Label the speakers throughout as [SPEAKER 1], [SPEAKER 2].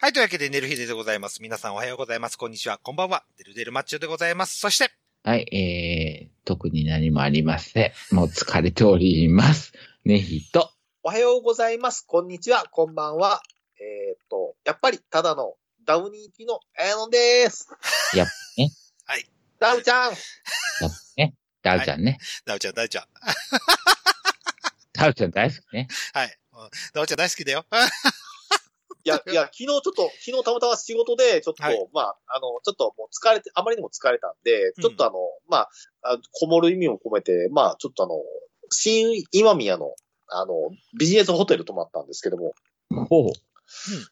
[SPEAKER 1] はい、というわけで、寝る日でございます。皆さんおはようございます。こんにちは。こんばんは。デルデルマッチョでございます。そして、
[SPEAKER 2] はい、えー、特に何もありません。もう疲れております。 ねひと。
[SPEAKER 3] おはようございます。こんにちは。こんばんは。えーっと、やっぱりただのダウニー行きのエノンです。
[SPEAKER 2] やっぱね。
[SPEAKER 1] はい。
[SPEAKER 3] ダウちゃん。
[SPEAKER 2] ダウちゃんね。
[SPEAKER 1] ダウちゃん、ダウちゃん。
[SPEAKER 2] ダウちゃん大好きね。
[SPEAKER 1] はい。うんダウちゃん大好きだよ。
[SPEAKER 3] いや、いや、昨日ちょっと、昨日たまたま仕事で、ちょっと、
[SPEAKER 1] はい
[SPEAKER 3] まあ、あの、ちょっともう疲れて、あまりにも疲れたん
[SPEAKER 1] う
[SPEAKER 3] で、
[SPEAKER 1] ん
[SPEAKER 3] ちょっとあの、まあ、あこもる意味を込めて、まあ、ちょっとあの、新今宮の、あの、ビジネスホテル泊まったんですけども、
[SPEAKER 2] ほう。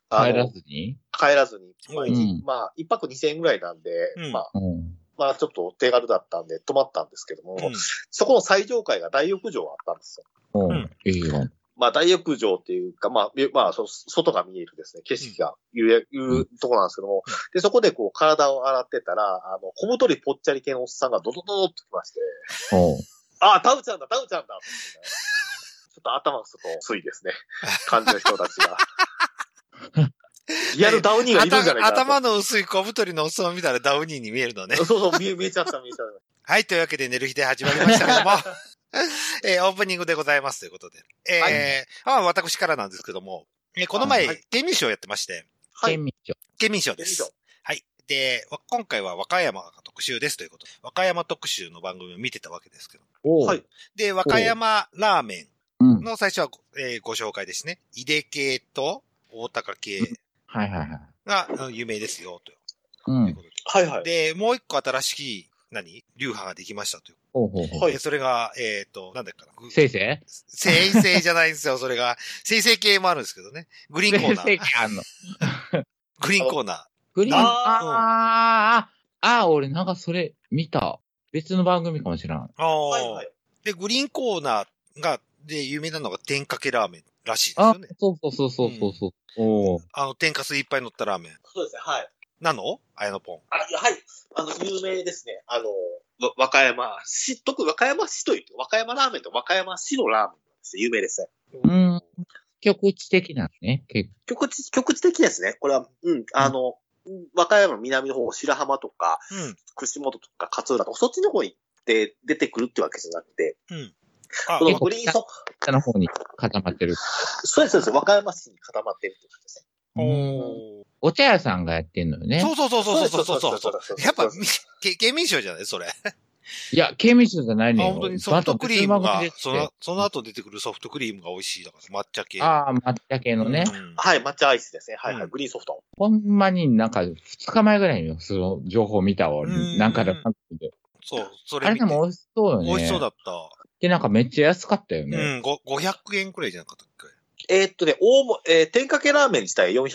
[SPEAKER 3] あ
[SPEAKER 2] 帰
[SPEAKER 3] の
[SPEAKER 2] らずに
[SPEAKER 3] 帰らずに、まあ、
[SPEAKER 1] うん
[SPEAKER 3] まあ一泊2000円ぐらいなんで、
[SPEAKER 1] うん
[SPEAKER 3] まあ、
[SPEAKER 2] うん。
[SPEAKER 3] まあ、ちょっと手軽だったんで、泊まったんですけども、
[SPEAKER 1] うん
[SPEAKER 3] そこの最上階が大浴場があったんですよ。
[SPEAKER 2] ほ
[SPEAKER 1] う
[SPEAKER 2] うんん。いいよ。
[SPEAKER 3] まあ、大浴場っていうか、まあ、ゆまあ、そ外が見えるですね、景色が、いう、いうところなんですけども、で、そこでこう、体を洗ってたら、あの、小太りぽっちゃり系のおっさんがドドドドッと来まして、
[SPEAKER 2] ほう。
[SPEAKER 3] ああ、タウちゃんだ、タウちゃんだって言ってねちょっと頭がちょっと薄いですね、感じの人たち が。リアルダウニーがいるんじゃない
[SPEAKER 1] 頭
[SPEAKER 3] かなと
[SPEAKER 1] 頭の薄い小太りのおっさんを見たらダウニーに見えるの ね。
[SPEAKER 3] そうそう、見え見えちゃった、見えちゃった。
[SPEAKER 1] はい、というわけで、寝る日で始まりましたけども、 えーオープニングでございますということで。えーあ私からなんですけども、えーこの前、
[SPEAKER 3] はい
[SPEAKER 1] 県民賞やってまして、
[SPEAKER 3] はい。
[SPEAKER 2] 県民賞。
[SPEAKER 1] 県民賞です。はい。で、わ今回は和歌山が特集ですということで。和歌山特集の番組を見てたわけですけど。
[SPEAKER 2] ほう。
[SPEAKER 3] はい。
[SPEAKER 1] で、和歌山ラーメ
[SPEAKER 2] うん。
[SPEAKER 1] ン
[SPEAKER 2] はい
[SPEAKER 1] の最初はご,、えーご紹介ですね。井出系と大高系
[SPEAKER 2] はいはい。
[SPEAKER 1] がうん有名ですよ、とい
[SPEAKER 2] う。
[SPEAKER 1] うんことで。
[SPEAKER 3] はいはい。
[SPEAKER 1] で、もう一個新しい、何流派ができましたという。
[SPEAKER 2] ほうほうほ
[SPEAKER 3] は
[SPEAKER 2] う。
[SPEAKER 3] い
[SPEAKER 1] でそれが、えっ、と、なんだっけかな。ぐ
[SPEAKER 2] 先生
[SPEAKER 1] 生成じゃないんですよ、それが。生成系もあるんですけどね。グリーンコー
[SPEAKER 2] 先
[SPEAKER 1] ナ
[SPEAKER 2] 生
[SPEAKER 1] ー。
[SPEAKER 2] あんの。
[SPEAKER 1] グリーンコーナー。
[SPEAKER 2] グリーン、
[SPEAKER 3] あー
[SPEAKER 2] あー、あー、俺なんかそれ見た。別の番組かもしらん。
[SPEAKER 1] ああ、
[SPEAKER 3] はいはい。
[SPEAKER 1] で、グリーンコーナーが、で、有名なのが天かけラーメンらしいです
[SPEAKER 2] あ
[SPEAKER 1] よね。、
[SPEAKER 2] そうそうそうそうそうそう。おー
[SPEAKER 1] あの、天かすいっぱい乗ったラーメン。
[SPEAKER 3] そうですね、はい。
[SPEAKER 1] なのあやのぽん。
[SPEAKER 3] あ、いやはい。あの、有名ですね。あの、わ和歌山市、特に和歌山市というと、和歌山ラーメンと和歌山市のラーメンなんですね有名ですね。
[SPEAKER 2] うん。局地的なのね、結
[SPEAKER 3] 局地、局地的ですね。これは、うん、あの、うん和歌山の南の方、白浜とか、
[SPEAKER 1] うん。
[SPEAKER 3] 串本とか勝浦とか、そっちの方に行って出てくるってわけじゃなくて、
[SPEAKER 1] うん。あ、
[SPEAKER 3] この
[SPEAKER 2] 結構
[SPEAKER 3] グリーンソ
[SPEAKER 2] 果の方に固まってる。
[SPEAKER 3] そうです、そうです。和歌山市に固まってるって感じですね。
[SPEAKER 1] おー
[SPEAKER 2] お茶屋さんがやってんのよね。
[SPEAKER 1] そうそうそうそうそうそうそう
[SPEAKER 3] そうそうそうそうそう
[SPEAKER 1] やっぱ、みけ県民賞じゃないそれ。あ、
[SPEAKER 2] いや、刑務所じゃないのよ。
[SPEAKER 1] 本当にソフトクリーム
[SPEAKER 2] バ
[SPEAKER 1] が
[SPEAKER 2] トル、
[SPEAKER 1] その、その後出てくるソフトクリームが美味しいだから、抹茶系。
[SPEAKER 2] ああ、抹茶系のね。
[SPEAKER 1] うん
[SPEAKER 3] はい、抹茶アイスですね。はい、は
[SPEAKER 1] う
[SPEAKER 3] い、
[SPEAKER 1] ん
[SPEAKER 3] グリーンソフト。
[SPEAKER 2] ほんまになんか、二日前ぐらいによその情報見たわ、
[SPEAKER 1] う
[SPEAKER 2] 俺。
[SPEAKER 1] ん
[SPEAKER 2] なんかで、韓国で。
[SPEAKER 1] そう、そ
[SPEAKER 2] あ
[SPEAKER 1] れ
[SPEAKER 2] れ
[SPEAKER 1] 見
[SPEAKER 2] で
[SPEAKER 1] て。
[SPEAKER 2] も美味しそうよね。
[SPEAKER 1] 美味しそうだ
[SPEAKER 2] っ
[SPEAKER 1] った。
[SPEAKER 2] てなんかめっちゃ安かったよ
[SPEAKER 1] う
[SPEAKER 2] ね。
[SPEAKER 1] ん、ご500円くらいじゃなかったっけ
[SPEAKER 3] えーっとね、大も、えー、天かけラーメン自体400、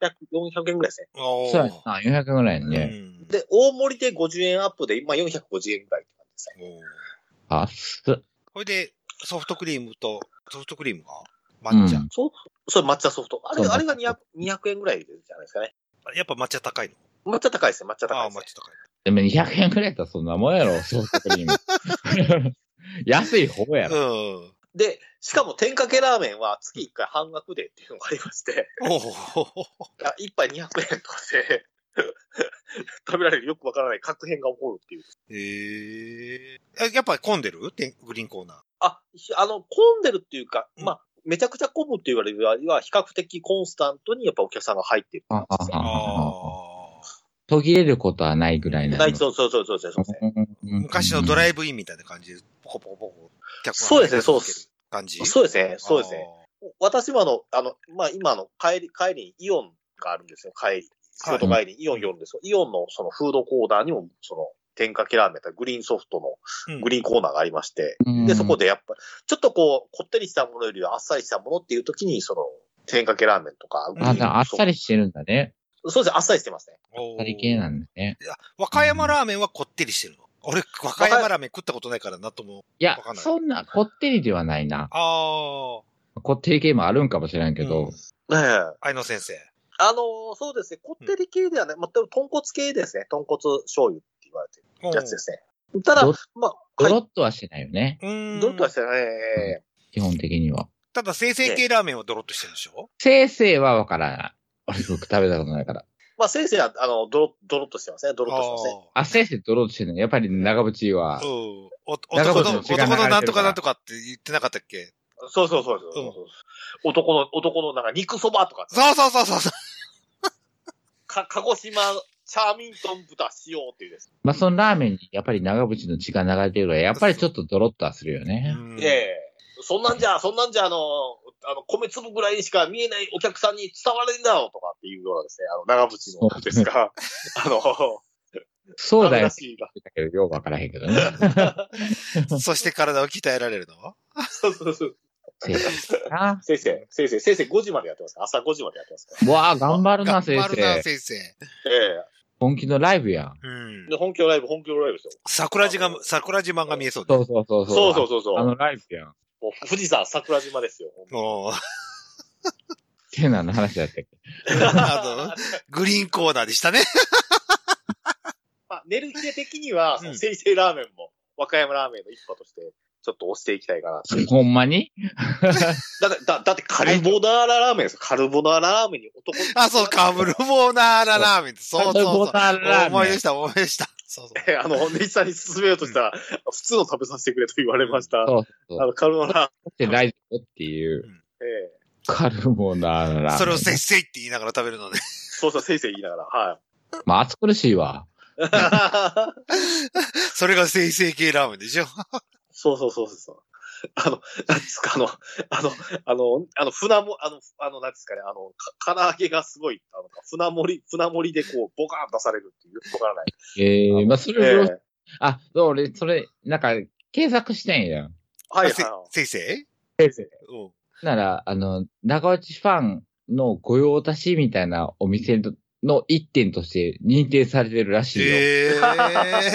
[SPEAKER 3] 300、400円ぐらいですね。
[SPEAKER 1] おー
[SPEAKER 2] そうやな、400円ぐらいのね。
[SPEAKER 1] うん
[SPEAKER 3] で、大盛りで50円アップで、今450円ぐらいって感じですね。
[SPEAKER 1] おー
[SPEAKER 2] あ、す、
[SPEAKER 1] これで、ソフトクリームと、ソフトクリームが抹茶
[SPEAKER 2] うん。
[SPEAKER 3] そう、それ抹茶ソフト。あれ、
[SPEAKER 2] そう
[SPEAKER 3] あれが 200, 200円ぐらいじゃないですかね。
[SPEAKER 1] やっぱ抹茶高いの
[SPEAKER 3] 抹茶高いですね、抹茶
[SPEAKER 1] あ
[SPEAKER 3] 高
[SPEAKER 1] あ、
[SPEAKER 3] いです、
[SPEAKER 1] 抹
[SPEAKER 3] ね。
[SPEAKER 1] 茶高い。
[SPEAKER 2] でも200円ぐらいだったらそんなも んやろ、ソフトクリーム。安い方やろ。
[SPEAKER 1] うん。
[SPEAKER 3] で、しかも天かけラーメンは月1回半額でっていうのがありま して、
[SPEAKER 1] おお。
[SPEAKER 3] 1杯200円とかで 食べられるよくわからない確変が起こるっていう。
[SPEAKER 1] ええやっぱ混んでるてグリーンコーナー。
[SPEAKER 3] あ、ひあの、混んでるっていうか、
[SPEAKER 1] うん
[SPEAKER 3] まあ、めちゃくちゃ混むって言われるよりは、比較的コンスタントにやっぱお客さんが入ってる。
[SPEAKER 2] あああ
[SPEAKER 1] あ
[SPEAKER 2] 途切れることはないぐらいなの。
[SPEAKER 3] ないそうそうそうそうそうそう。
[SPEAKER 1] あ。昔のドラ
[SPEAKER 2] イ
[SPEAKER 1] イブインみたいな感じで、ポコポコポコ、客が
[SPEAKER 3] そうですねそう
[SPEAKER 1] 入っ
[SPEAKER 3] で
[SPEAKER 1] て
[SPEAKER 3] す
[SPEAKER 1] くる感じ
[SPEAKER 3] そうですね、そうですね。。
[SPEAKER 1] あ
[SPEAKER 3] 私もあの、あの、まあ、今の帰り、帰りにイオンがあるんですよ、帰り。仕事帰りにイオン寄るんですよ。イオンのそのフードコーナーにも、その、天かけラーメンとかグリーンソフトの
[SPEAKER 1] ーうん
[SPEAKER 3] グリーンコーナーがありまして、
[SPEAKER 2] ブ
[SPEAKER 3] で、そこでやっぱ、ちょっとこう、こってりしたものよりはあっさりしたものっていう時に、その、天かけラーメンとか、グリー
[SPEAKER 2] あ、
[SPEAKER 3] ンソフト
[SPEAKER 2] あっさりしてるんだね。
[SPEAKER 3] そうですね、あっさりしてますね。
[SPEAKER 1] おー
[SPEAKER 2] あっさり系なんだね。
[SPEAKER 1] いや和歌山ラーメンはこってりしてるの。俺、和歌山ラーメン食ったことないからなとも。
[SPEAKER 2] いや
[SPEAKER 1] わかん、ない
[SPEAKER 2] そんな、こってりではないな。
[SPEAKER 1] あ
[SPEAKER 2] こってり系もあるんかもしれんけ
[SPEAKER 1] うん
[SPEAKER 2] ど。
[SPEAKER 3] ねえ。
[SPEAKER 1] あ、愛野先生。
[SPEAKER 3] あのーそうですね、こってり系ではね、まあ、でも豚骨系ですね、豚骨醤油って言われて
[SPEAKER 1] おー
[SPEAKER 3] るやつですね。ただ
[SPEAKER 2] ど、
[SPEAKER 3] まあ、
[SPEAKER 2] ド
[SPEAKER 3] は
[SPEAKER 2] ロ
[SPEAKER 3] い、
[SPEAKER 2] ッとはしないよね。
[SPEAKER 1] うーん。
[SPEAKER 3] どうかしてね、
[SPEAKER 2] 基本的には。
[SPEAKER 1] ただ、生成系ラーメンはドロッとしてるでしょ
[SPEAKER 2] せいせいはわからない。俺僕食べたことないから。
[SPEAKER 3] まあ、先生は、あの、ドロ、ドロっとしてますね。ドロっとしてますね。
[SPEAKER 2] あ、先生ドローとしてるのやっぱり長渕は
[SPEAKER 1] う、ん。お
[SPEAKER 2] 長
[SPEAKER 1] 男
[SPEAKER 2] 渕
[SPEAKER 1] の、
[SPEAKER 2] の血が流れてるから
[SPEAKER 1] 男のなんとかなんとかって言ってなかったっけ
[SPEAKER 3] そうそうそうそうそうそう、男の、男のなんか肉そばとか、
[SPEAKER 1] そうそうそうそうそう。
[SPEAKER 3] か、鹿児島、チャーミントン豚塩っていうです。
[SPEAKER 2] まあそのラーメンにやっぱり長渕の血が流れてるから、やっぱりちょっとドロッとはするよね。
[SPEAKER 1] うん
[SPEAKER 3] ええそんなんじゃ、そんなんじゃ、あの、あの、米粒ぐらいしか見えないお客さんに伝われんだろうとかっていうようなですね、あの、長渕のですが、あの、
[SPEAKER 2] そうだよ
[SPEAKER 3] ら
[SPEAKER 2] って
[SPEAKER 3] しいが。
[SPEAKER 2] 言ったけど、よくわからへんけどね。
[SPEAKER 1] そして体を鍛えられるのは
[SPEAKER 3] そうそうそう。
[SPEAKER 2] 先生だな。
[SPEAKER 3] 先生、先生、先生5時までやってますから朝5時までやってますから。
[SPEAKER 2] うわあ、頑張るな、先
[SPEAKER 1] 頑張るな先
[SPEAKER 2] 生。
[SPEAKER 1] 生。
[SPEAKER 3] え
[SPEAKER 2] 本気のライブやん。
[SPEAKER 1] うん
[SPEAKER 3] え。で、本気のライブ、本気のライブですよ。
[SPEAKER 1] 桜島、桜島が見えそうだ
[SPEAKER 2] そ
[SPEAKER 1] ね
[SPEAKER 2] うそうそうそう。
[SPEAKER 3] そうそうそうそう
[SPEAKER 2] あのライブやん。
[SPEAKER 3] もう富士山桜島ですよ。ほんと
[SPEAKER 1] おー
[SPEAKER 2] セナの話だったっけ
[SPEAKER 1] あの、グリーンコーナーでしたね。
[SPEAKER 3] まあ、ネルヒデ的には、
[SPEAKER 1] うん
[SPEAKER 3] 生成ラーメンも、和歌山ラーメンの一派として、ちょっと押していきたいか なっていう。
[SPEAKER 2] ほんまに
[SPEAKER 3] だって、だだってカルボナーララーメンですよ。カルボナーララーメンに男の
[SPEAKER 1] あ、そう、カブル。ボナーララーメン。そうそうそう
[SPEAKER 2] ボ。タンラー
[SPEAKER 1] 思い
[SPEAKER 2] メン
[SPEAKER 1] 出。した、思い出した。そうそう。
[SPEAKER 3] あの、ネヒさんに勧めようとした ら、普通の食べさせてくれと言われました。
[SPEAKER 2] そう
[SPEAKER 3] あ
[SPEAKER 2] そう。
[SPEAKER 3] の、カルボナーラ
[SPEAKER 2] で、ライブっていう、
[SPEAKER 3] ーメン。ええ
[SPEAKER 2] カルボナーラーメン。
[SPEAKER 1] それをせっせいって言いながら食べるのね。
[SPEAKER 3] そうそう、先生言いながら、はい。
[SPEAKER 2] まあ、暑苦しいわ。
[SPEAKER 1] それがせいせい系ラーメンでしょ。
[SPEAKER 3] そうそうそうそう。あの、なんですか、あの、あの、あの、あの、船も、あの、あの、なんですかね、あの、か唐揚げがすごい、あの、船盛り、船盛りでこう、ボカーン出されるっていう、よくわからない。
[SPEAKER 2] ええ
[SPEAKER 3] あ
[SPEAKER 2] まあ、それを、
[SPEAKER 3] ええ
[SPEAKER 2] あ、そう、俺、それ、なんか、検索してんやん。
[SPEAKER 3] はいはい
[SPEAKER 1] せ
[SPEAKER 3] は
[SPEAKER 1] せいせ
[SPEAKER 2] 先生。
[SPEAKER 1] いうん。
[SPEAKER 2] なら、あの、長内ファンの御用達みたいなお店の一点として認定されてるらしいよ。
[SPEAKER 1] ええー。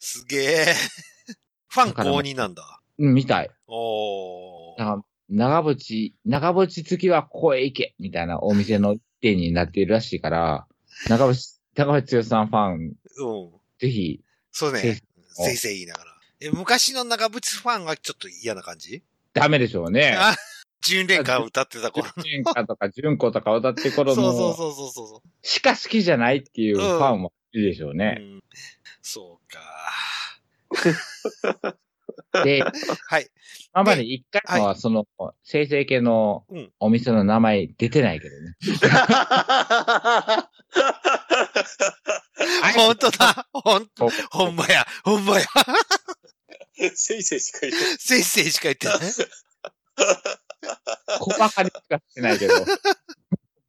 [SPEAKER 1] すげえ。 ファン公認なんだ。
[SPEAKER 2] うん、みたい。
[SPEAKER 1] お
[SPEAKER 2] だ
[SPEAKER 1] ー。
[SPEAKER 2] から長渕、長渕付きはここへ行けみたいなお店の一点になっているらしいから、長渕、長渕剛さんファン、
[SPEAKER 1] うん。
[SPEAKER 2] ぜひ、
[SPEAKER 1] そう
[SPEAKER 2] せい
[SPEAKER 1] ね。せいせい言いながら。え、昔の長渕ファンがちょっと嫌な感じ
[SPEAKER 2] ダメでしょうね。
[SPEAKER 1] あ 純恋歌を歌ってた頃。
[SPEAKER 2] 純歌とか純子とか歌って頃
[SPEAKER 1] そうそう
[SPEAKER 2] の、
[SPEAKER 1] そうそうそう。
[SPEAKER 2] しか好きじゃないっていうファンもいるでしょう
[SPEAKER 1] う
[SPEAKER 2] ね。
[SPEAKER 1] ん、そうか。
[SPEAKER 2] で、
[SPEAKER 1] はい。
[SPEAKER 2] 今まで一回もはその、生成系の
[SPEAKER 1] うん
[SPEAKER 2] お店の名前出てないけどね。
[SPEAKER 1] 本当だ。ほん、
[SPEAKER 2] こう
[SPEAKER 1] ほんまや。ほんまや。
[SPEAKER 3] い。せいせいしか言ってない。
[SPEAKER 1] 先生しか言っ てない。
[SPEAKER 2] 小ばかりしかしてな いけど。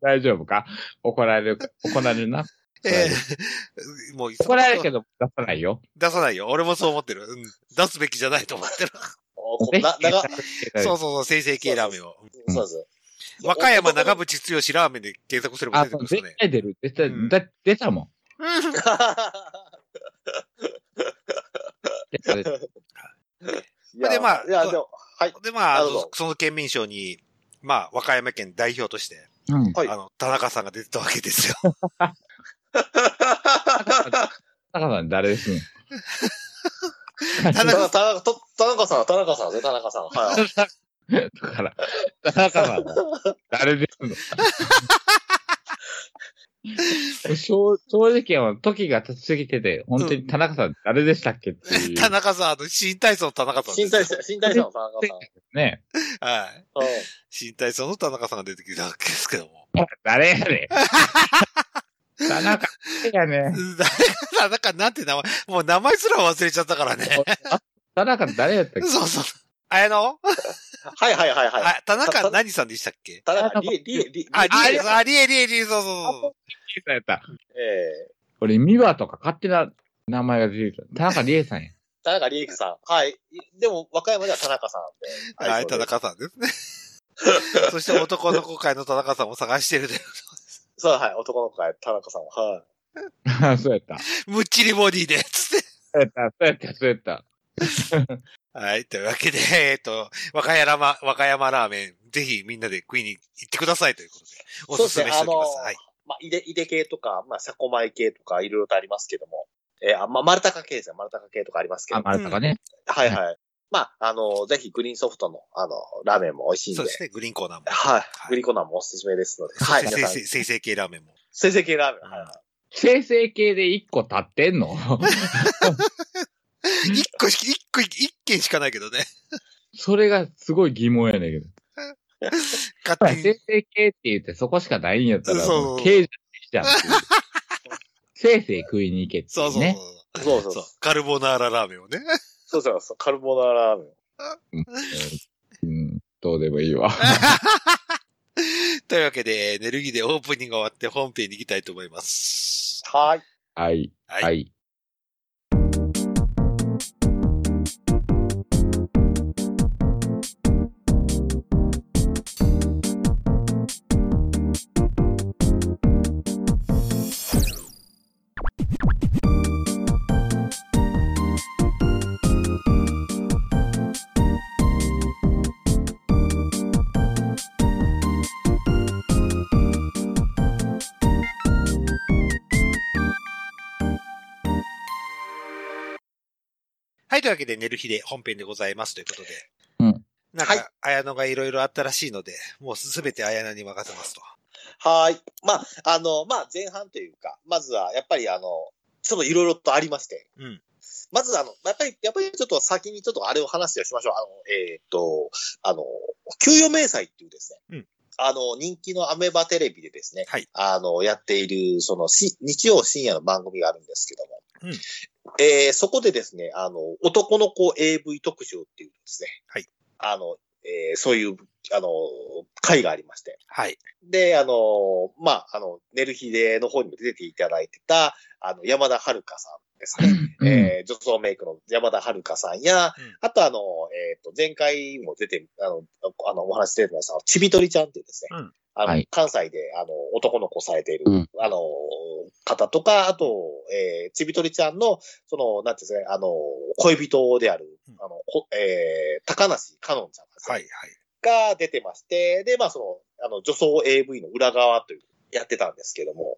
[SPEAKER 2] 大丈夫か怒られるか、怒られるな。
[SPEAKER 1] ええもう、
[SPEAKER 2] 怒られるけど出さないよ。
[SPEAKER 1] 出さないよ。俺もそう思ってる。うん。出すべきじゃないと思ってる。
[SPEAKER 3] おこ
[SPEAKER 2] ぜひ
[SPEAKER 3] な長
[SPEAKER 2] 検索していただいて
[SPEAKER 1] そうそうそう、先生系ラーメンを。
[SPEAKER 3] そうです。
[SPEAKER 1] 和歌山長
[SPEAKER 3] 渕。
[SPEAKER 1] 渕剛ラーメンで検索すれば
[SPEAKER 2] あ、
[SPEAKER 1] 出て
[SPEAKER 2] そ
[SPEAKER 1] く
[SPEAKER 2] う
[SPEAKER 1] るんですかね。
[SPEAKER 2] 絶対出る。絶対、
[SPEAKER 1] うん
[SPEAKER 2] だ出たもん。
[SPEAKER 1] うん
[SPEAKER 2] 出た出 た
[SPEAKER 3] いや
[SPEAKER 1] でまあ
[SPEAKER 3] いや、でも、はい。
[SPEAKER 1] で、まあ、あ
[SPEAKER 3] なるほ
[SPEAKER 1] の
[SPEAKER 3] ど
[SPEAKER 1] その県民賞に、まあ、和歌山県代表として、
[SPEAKER 2] うん。
[SPEAKER 3] はい
[SPEAKER 1] あの、田中さんが出てたわけですよ。
[SPEAKER 2] 高さん誰ですの
[SPEAKER 1] 田
[SPEAKER 3] 田中
[SPEAKER 1] 中、
[SPEAKER 3] 田中と田中さん、田中さんですね、田中さん。 はい。
[SPEAKER 2] だから、高さん誰ですの正正直は時が経ちすぎてて、本当に田中さん誰でしたっけっていう。
[SPEAKER 1] 田中さん、あの、新体操の田中さんで
[SPEAKER 3] 新
[SPEAKER 1] すよ。
[SPEAKER 3] 体操、新体 操の田中さん。
[SPEAKER 2] ね。
[SPEAKER 1] はい。
[SPEAKER 3] うん
[SPEAKER 1] 新体操の田中さんが出てきたわけですけども。
[SPEAKER 2] 誰やねん。田中やねん。
[SPEAKER 1] 田中なんて名前、もう名前すら忘れちゃったからね。
[SPEAKER 2] あ田中誰やったっけ
[SPEAKER 1] そうそう。あやの
[SPEAKER 3] はいはいはいはい。
[SPEAKER 1] あ、田中何さんでしたっけ
[SPEAKER 3] 田中、りえ、りえ、りえ、
[SPEAKER 1] あ、リエ、
[SPEAKER 3] え
[SPEAKER 1] あ、リエ、リエ、リエ、そうそうそう。
[SPEAKER 2] やった。
[SPEAKER 3] え
[SPEAKER 2] 俺、ミワとか勝手な名前が出てきた。田中理恵さんや。
[SPEAKER 3] 田中りえさん。はい。でも、和歌山では田中さんで。
[SPEAKER 1] はい、田。中さんですね。 そして男の子会の田中さんを探してるという。
[SPEAKER 3] そう、はい。男の子が田中さん。はい。
[SPEAKER 2] あそうや った。
[SPEAKER 1] むっちりボディで、つって。
[SPEAKER 2] そうやった、そうやった、そうやった。
[SPEAKER 1] はい、というわけで、えっと、和歌山、和歌山ラーメン、ぜひみんなで食いに行ってくださいということで、おすすめしておきます。
[SPEAKER 3] そうですねあのー
[SPEAKER 1] はい。
[SPEAKER 3] まあ、いで、いで系とか、まあ、車庫前系とか、いろいろとありますけども。えー、あまあ、丸高系ですね。丸高系とかありますけど
[SPEAKER 2] あ、。丸高ね。
[SPEAKER 3] はいはい。まあ、あの、ぜひグリーンソフトの、あの、ラーメンも美味しいんで。
[SPEAKER 1] そうですね、グリーンコーナーも。
[SPEAKER 3] はい。
[SPEAKER 1] い
[SPEAKER 3] グリコナンもおすすめですので。
[SPEAKER 1] は。
[SPEAKER 3] はいい。
[SPEAKER 1] 生
[SPEAKER 3] 皆さん
[SPEAKER 1] 成、生成系ラーメンも。
[SPEAKER 3] 生成系ラーメン。はいはい。
[SPEAKER 2] 生成系で一個立ってんの
[SPEAKER 1] 一個し、一個、一軒しかないけどね。
[SPEAKER 2] それがすごい疑問やねんけど。
[SPEAKER 1] 勝
[SPEAKER 2] まあ
[SPEAKER 1] 手に。
[SPEAKER 2] 生成系って言ってそこしかないんやったら、
[SPEAKER 1] そう
[SPEAKER 2] もう経営じゃ んっていう。生成食いに行けって
[SPEAKER 1] そう
[SPEAKER 2] い
[SPEAKER 1] そうう
[SPEAKER 2] ね。
[SPEAKER 3] そうそ
[SPEAKER 1] そうう
[SPEAKER 3] そ
[SPEAKER 1] そうう。。カルボナーララーメンをね。
[SPEAKER 3] そうそうそう。カルボナーラーメン。
[SPEAKER 2] うん、どうでもいいわ。
[SPEAKER 1] というわけで、エネルギーでオープニングが終わって本編に行きたいと思います。
[SPEAKER 3] はい。
[SPEAKER 2] はい。
[SPEAKER 1] はい
[SPEAKER 2] はい。
[SPEAKER 1] はい、というわけで、寝る日で本編でございますということで。
[SPEAKER 2] うん。
[SPEAKER 1] なん
[SPEAKER 3] はい
[SPEAKER 1] か、綾野がいろいろあったらしいので、もうすべて綾野に任せますと。
[SPEAKER 3] はい。まあ、あの、まあ、前半というか、まずは、やっぱり、あの、そのいろいろとありまして。
[SPEAKER 1] うん。
[SPEAKER 3] まず、あの、やっぱり、やっぱりちょっと先にちょっとあれを話をしましょう。あの、えーっと、あの、給与明細っていうですね。
[SPEAKER 1] うん。
[SPEAKER 3] あの、人気のアメバテレビでですね。
[SPEAKER 1] はい。
[SPEAKER 3] あの、やっている、その、し日曜深夜の番組があるんですけども。
[SPEAKER 1] うん
[SPEAKER 3] えーそこでですね、あの、男の子 AV 特集っていうですね。
[SPEAKER 1] はい。
[SPEAKER 3] あの、えーそういう、あの、会がありまして。
[SPEAKER 1] はい。
[SPEAKER 3] で、あの、まあ、あの、寝る日での方にも出ていただいてた、あの、山田遥さんですね。えー女装メイクの山田遥さんや、
[SPEAKER 1] ん
[SPEAKER 3] あとあの、えっ、と、前回も出て、あの、あのお話し出てました、ちびとりちゃんっていうですね、
[SPEAKER 1] うん
[SPEAKER 3] あの、
[SPEAKER 2] はい
[SPEAKER 3] 関西で、あの、男の子されている、
[SPEAKER 2] うん
[SPEAKER 3] あの、方とか、あと、えーちびとりちゃんの、その、なんていうんですかね、あの、恋人である
[SPEAKER 1] うん、
[SPEAKER 3] あの、こえー高梨香音ちゃんですね
[SPEAKER 1] はい、はい。
[SPEAKER 3] が出てまして、で、まあその、あの、女装 AV の裏側という、やってたんですけども、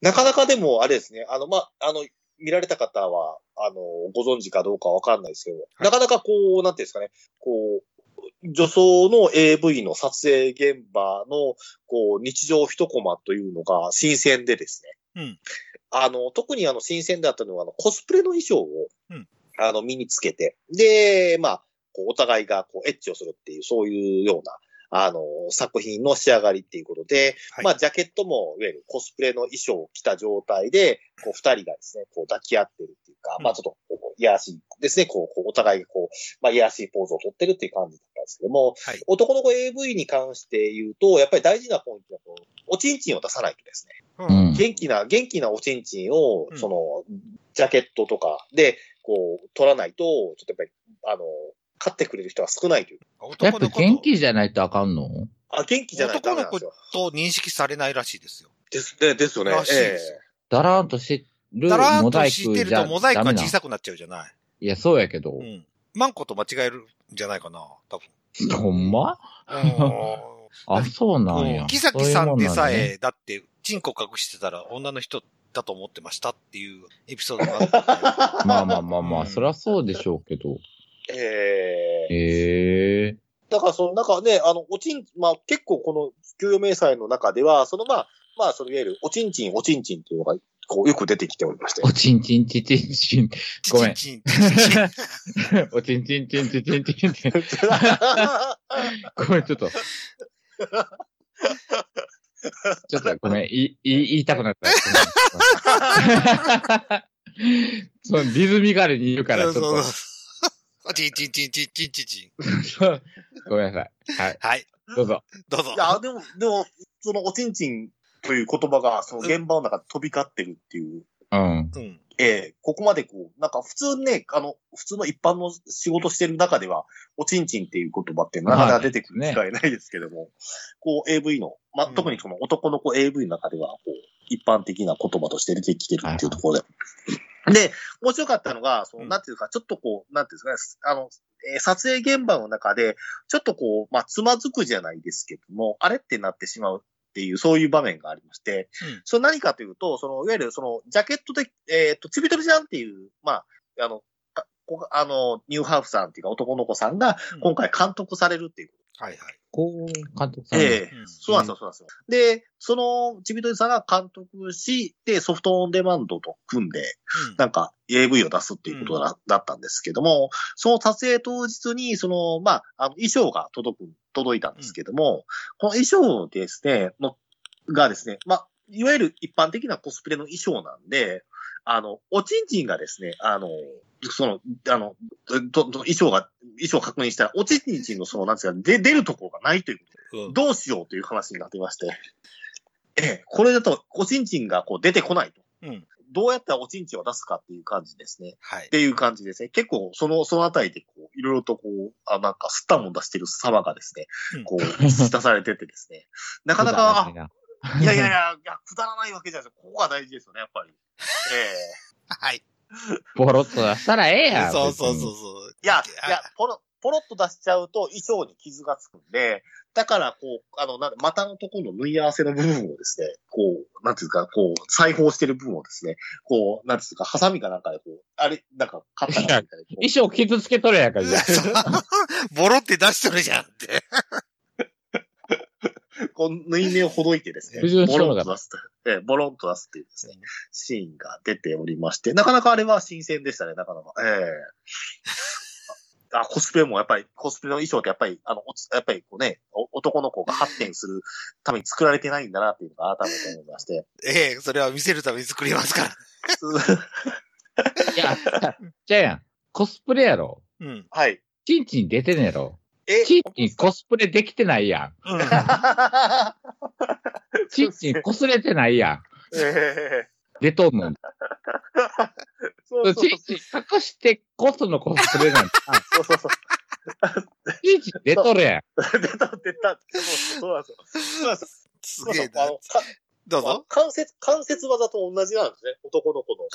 [SPEAKER 3] なかなかでも、あれですね、あの、まあ、あの、見られた方は、あの、ご存知かどうかわかんないですけど、
[SPEAKER 1] い
[SPEAKER 3] なかなかこう、なんていうんですかね、こう、女装の AV の撮影現場の、こう、日常一コマというのが新鮮でですね。
[SPEAKER 1] うん
[SPEAKER 3] あの、特にあの、新鮮だったのは、あの、コスプレの衣装を、
[SPEAKER 1] うん
[SPEAKER 3] あの、身につけて、で、まあ、こうお互いがこうエッチをするっていう、そういうような、あの、作品の仕上がりっていうことで、
[SPEAKER 1] はい
[SPEAKER 3] まあ、ジャケットも、いわゆるコスプレの衣装を着た状態で、こう、二人がですね、こう、抱き合ってるっていうか、
[SPEAKER 1] うん
[SPEAKER 3] まあ、ちょっと、こう、いやらしいですね、こう、こうお互いがこう、まあ、いやらしいポーズをとってるっていう感じだったんですけども、
[SPEAKER 1] はい
[SPEAKER 3] 男の子 AV に関して言うと、やっぱり大事なポイントは、こうおちんちんを出さないとですね、
[SPEAKER 2] うん
[SPEAKER 3] 元気な、元気なおちんちんを
[SPEAKER 1] う、ん
[SPEAKER 3] その、ジャケットとかで、こう、取らないと、ちょっとやっぱり、あの、買ってくれる人は少ないという。
[SPEAKER 2] やっ
[SPEAKER 1] 男
[SPEAKER 2] ぱ
[SPEAKER 1] の子
[SPEAKER 2] 元
[SPEAKER 1] と
[SPEAKER 2] 気じゃないとあかんの
[SPEAKER 3] あ、元気じゃないとダメなんですよ。
[SPEAKER 1] と認識されないらしいですよ。
[SPEAKER 3] です、でですよね。
[SPEAKER 1] らしいですよ。
[SPEAKER 2] だらーんとしてる
[SPEAKER 1] だらー
[SPEAKER 2] モ
[SPEAKER 1] んと
[SPEAKER 2] ザイク
[SPEAKER 1] してる
[SPEAKER 2] じゃ
[SPEAKER 1] とモザイクが
[SPEAKER 2] ダメな
[SPEAKER 1] 小
[SPEAKER 2] の
[SPEAKER 1] さくなっちゃうじゃない。
[SPEAKER 2] いや、そうやけど
[SPEAKER 1] う。ん。マンコと間違えるんじゃないかな、多 分。
[SPEAKER 2] ほんまあ、そうなん
[SPEAKER 1] う
[SPEAKER 2] や
[SPEAKER 1] ん。。木崎さんでさ
[SPEAKER 2] そういうもんなんやね。
[SPEAKER 1] え、だって、チンコ隠してたら女の人だと思ってましたっていうエピソードがあったんで。
[SPEAKER 2] まあまあまあま
[SPEAKER 1] う
[SPEAKER 2] あ、
[SPEAKER 1] ん
[SPEAKER 2] そりゃそうでしょうけど。
[SPEAKER 3] ええ
[SPEAKER 2] ええ
[SPEAKER 3] だから、その、なんかね、あの、おちん、まあ、結構この、給与明細の中では、その、まあ、まあ、その、いわゆる、おちんちん、おちんちんっていうのが、こう、よく出てきており まして。
[SPEAKER 2] おちんちんちちんちん。
[SPEAKER 1] チ
[SPEAKER 2] ごめ
[SPEAKER 1] ン
[SPEAKER 2] ん
[SPEAKER 1] チンチンチン チン。
[SPEAKER 2] おちんちんちんちんちんちんちん。
[SPEAKER 3] は
[SPEAKER 2] ごめん、ちょっと。ちょっとごめん、い、い、言いたくなった。そのリズミカルに言うから、ちょっと。
[SPEAKER 1] そうそうそう。チンチンチンチンチンチンチン。
[SPEAKER 2] ごめんなさい。はい、
[SPEAKER 1] はい、
[SPEAKER 2] どうぞ。
[SPEAKER 1] どうぞ
[SPEAKER 3] い。や、でも、でも、その、おちんちんという言葉が、その、現場の中で飛び交ってるっていう、
[SPEAKER 2] うん。
[SPEAKER 1] うん。
[SPEAKER 3] ええここまでこう、なんか、普通ね、あの、普通の一般の仕事してる中では、おちんちんっていう言葉って、なかなか出てくる機会ないですけども、こう、AV の、まあ、
[SPEAKER 1] うん
[SPEAKER 3] 特にその、男の子 AV の中では、こう、一般的な言葉として出てきてるっていうところで。で、面白かったのが、その、
[SPEAKER 1] うん
[SPEAKER 3] なんていうか、ちょっとこう、なんていうんですかね、あの、えー撮影現場の中で、ちょっとこう、まあ、つまずくじゃないですけども、あれってなってしまうっていう、そういう場面がありまして、
[SPEAKER 1] うん
[SPEAKER 3] それ何かというと、その、いわゆる、その、ジャケットで、えっ、と、ちびとりちゃんっていう、まあ、あの、かこがあの、ニューハーフさんっていうか男の子さんが、今回監督されるっていうこ
[SPEAKER 1] はいはい。
[SPEAKER 2] こう、監督さ
[SPEAKER 3] と。
[SPEAKER 2] ん。
[SPEAKER 3] ええ
[SPEAKER 1] うん
[SPEAKER 3] そうなんですよ、そうなんですよ。で、その、ちびとりさんが監督し、で、ソフトオンデマンドと組んで、なんか AV を出すっていうことだ,、だったんですけども、その撮影当日に、その、まあ、あの衣装が届く、届いたんですけども、この衣装ですね、のがですね、まあ、いわゆる一般的なコスプレの衣装なんで、あの、おちんちんがですね、あの、その、あの、どど衣装が、衣装を確認したら、おちんちんのその、なんですか、で出るところがないという
[SPEAKER 1] うん。
[SPEAKER 3] どうしようという話になっていまして、ええ、これだと、おちんちんがこう出てこないと。
[SPEAKER 1] うん
[SPEAKER 3] どうやったらおちんちんを出すかっていう感じですね。
[SPEAKER 1] はい
[SPEAKER 3] っ。ていう感じですね。結構、その、そのあたりで、こう、いろいろとこう、あ、なんか、吸ったもん出してる様がですね
[SPEAKER 1] うん、
[SPEAKER 3] こう、出されててです ね。なかなか、
[SPEAKER 2] か、
[SPEAKER 3] あいやいやいや、いやくだらないわけじゃないですよ。ここが大事ですよね、やっ ぱり。ええ
[SPEAKER 1] はい。
[SPEAKER 2] ボロッと出したらええやん。
[SPEAKER 1] そうそうそう
[SPEAKER 2] う。
[SPEAKER 1] そう。
[SPEAKER 3] いや、いや、ポロ、ポロっと出しちゃうと衣装に傷がつくんで、だから、こう、あの、なん股のところの縫い合わせの部分をですね、こう、なんていうか、こう、裁縫してる部分をですね、こう、なんていうか、ハサミかなんかでこう、あれ、なんか、カッターかみたいな。こう
[SPEAKER 2] 衣装傷つけとるやんか、じゃあ
[SPEAKER 1] ボロって出してるじゃんって。
[SPEAKER 3] こう、縫い目をほどいてですね
[SPEAKER 2] 不純、
[SPEAKER 3] ボ
[SPEAKER 2] 症
[SPEAKER 3] ロン
[SPEAKER 2] だ
[SPEAKER 3] と出すと、ええボロンと出すっていうですね、シーンが出ておりまして、なかなかあれは新鮮でしたね、なかなか。ええあ、コスプレもやっぱり、コスプレの衣装ってやっぱり、あの、おつやっぱりこうね、お男の子が発展するために作られてないんだなっていうのが改めて思いまして。
[SPEAKER 1] ええ、それは見せるために作りますから。
[SPEAKER 2] いや、じゃあやん。コスプレやろ。
[SPEAKER 1] うん。
[SPEAKER 3] はい。
[SPEAKER 2] チンチン出てんやろ。
[SPEAKER 3] え
[SPEAKER 2] チンチンコスプレできてないや
[SPEAKER 1] うん。
[SPEAKER 2] ん。チンチンこすれてないやん。
[SPEAKER 3] ええ
[SPEAKER 2] 出とんの。
[SPEAKER 3] そうそう
[SPEAKER 2] チンチン隠してこそのコスプレなんだ。
[SPEAKER 3] そうそうそう。
[SPEAKER 2] チンチン出とるやん。
[SPEAKER 3] 出た、出た。そうなんですよ。そうなんですよ。
[SPEAKER 1] す
[SPEAKER 3] そ
[SPEAKER 1] げ
[SPEAKER 3] うな
[SPEAKER 1] え
[SPEAKER 3] んですよあ
[SPEAKER 1] な
[SPEAKER 3] の。か
[SPEAKER 1] どうぞ。
[SPEAKER 3] 関節、関節技と同じなんですね。男の子の。
[SPEAKER 2] い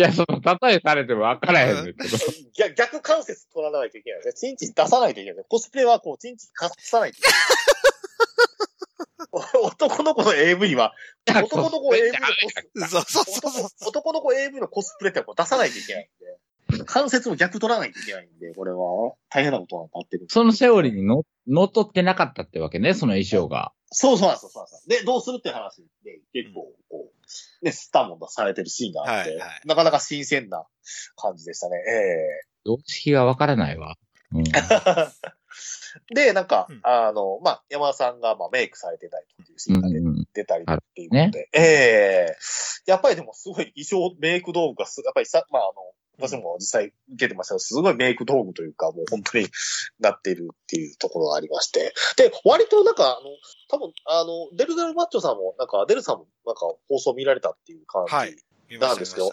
[SPEAKER 2] や、その、例えされても分からへんねんけど。
[SPEAKER 3] 逆逆関節取らないといけないですね。チンチン出さないといけないですね。コスプレはこう、チンチン隠さないとい けない。男の子の AV は、男の 子 AV のコス
[SPEAKER 1] そうそうそうそう。
[SPEAKER 3] 男の子 AV のコスプレってこう出さないといけないんで、関節も逆取らないといけないんで、これは大変なことになってる。
[SPEAKER 2] そのセオリーにの、のっとってなかったってわけね、その衣装が。
[SPEAKER 3] そうそうなんですよ、そうなんですよ。で、どうするって話で、結構、こう、ね、スタモンがされてるシーンがあって、
[SPEAKER 1] はいはい
[SPEAKER 3] なかなか新鮮な感じでしたね。ええ
[SPEAKER 2] 常識が分からないわ。うん。
[SPEAKER 3] で、なんか、
[SPEAKER 1] うん
[SPEAKER 3] あの、まあ、山田さんが、まあ、メイクされてたりっていうシーンが出
[SPEAKER 2] うん うん
[SPEAKER 3] 出たりっていうこと
[SPEAKER 2] な
[SPEAKER 3] で、
[SPEAKER 2] る
[SPEAKER 3] ええやっぱりでもすごい衣装、メイク道具がす、やっぱりさ、まあ、あの、私も実際受けてましたけど、すごいメイク道具というか、もう本当になっているっていうところがありまして。で、割となんか、あの、多分、あの、デルデルマッチョさんも、なんか、デルさんも、なんか、放送見られたっていう感じ。
[SPEAKER 1] はい見まし
[SPEAKER 3] なん
[SPEAKER 1] た
[SPEAKER 3] ですけど、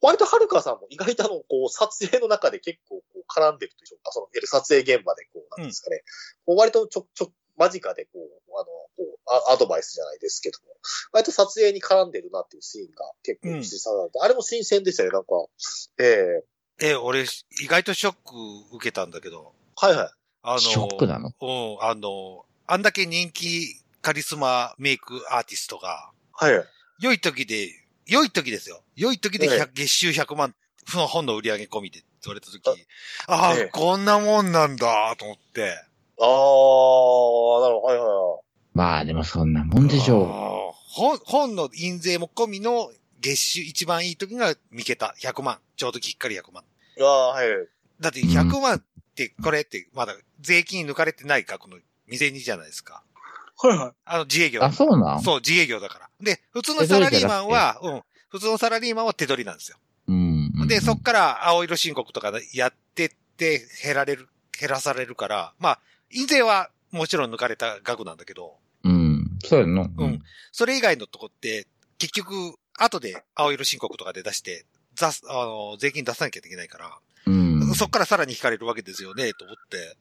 [SPEAKER 3] 割とはるかさんも意外とあの、こう、撮影の中で結構こう絡んでるというか、その、いわゆる撮影現場でこう、なんですかね、こう割とちょ、ちょ、間近でこう、あの、こうア、アドバイスじゃないですけども、割と撮影に絡んでるなっていうシーンが結構映しされて、あれも新鮮でしたよ、なんか。ええ
[SPEAKER 1] ええ、俺、意外とショック受けたんだけど、
[SPEAKER 3] はいはい。
[SPEAKER 1] あの、
[SPEAKER 2] ショックなの
[SPEAKER 1] うん、あの、あんだけ人気カリスマメイクアーティストが、
[SPEAKER 3] はいはい。
[SPEAKER 1] 良い時で、良い時ですよ。良い時で100、月収100万、その本の売り上げ込みでって言われた時、ああ、
[SPEAKER 3] ええ
[SPEAKER 1] こんなもんなんだ、と思って。
[SPEAKER 3] あー、なるほど、はいはいはい。
[SPEAKER 2] まあ、でもそんなもんでしょ
[SPEAKER 1] ああ本、本の印税も込みの月収一番いい時が見けた。100万。ちょうどきっかり100万。
[SPEAKER 3] ああ、はい。
[SPEAKER 1] だって100万って、これってまだ税金抜かれてない額の未然にじゃないですか。
[SPEAKER 3] はいはい。
[SPEAKER 1] あの、自営
[SPEAKER 2] う。
[SPEAKER 1] 業。
[SPEAKER 2] あ、そうなん
[SPEAKER 1] そう、自営業だから。で、普通のサラリーマンは、うん。普通のサラリーマンは手取りなんですよ。
[SPEAKER 2] うんうん。
[SPEAKER 1] で、そっから青色申告とかやってって減られる、減らされるから、まあ、印税はもちろん抜かれた額なんだけど、
[SPEAKER 2] うん。そうやんの。
[SPEAKER 1] うん。それ以外のとこって、結局、後で青色申告とかで出して、ざす、あの、税金出さなきゃいけないから、
[SPEAKER 2] うん。
[SPEAKER 1] そっからさらに引かれるわけですよね、と思って。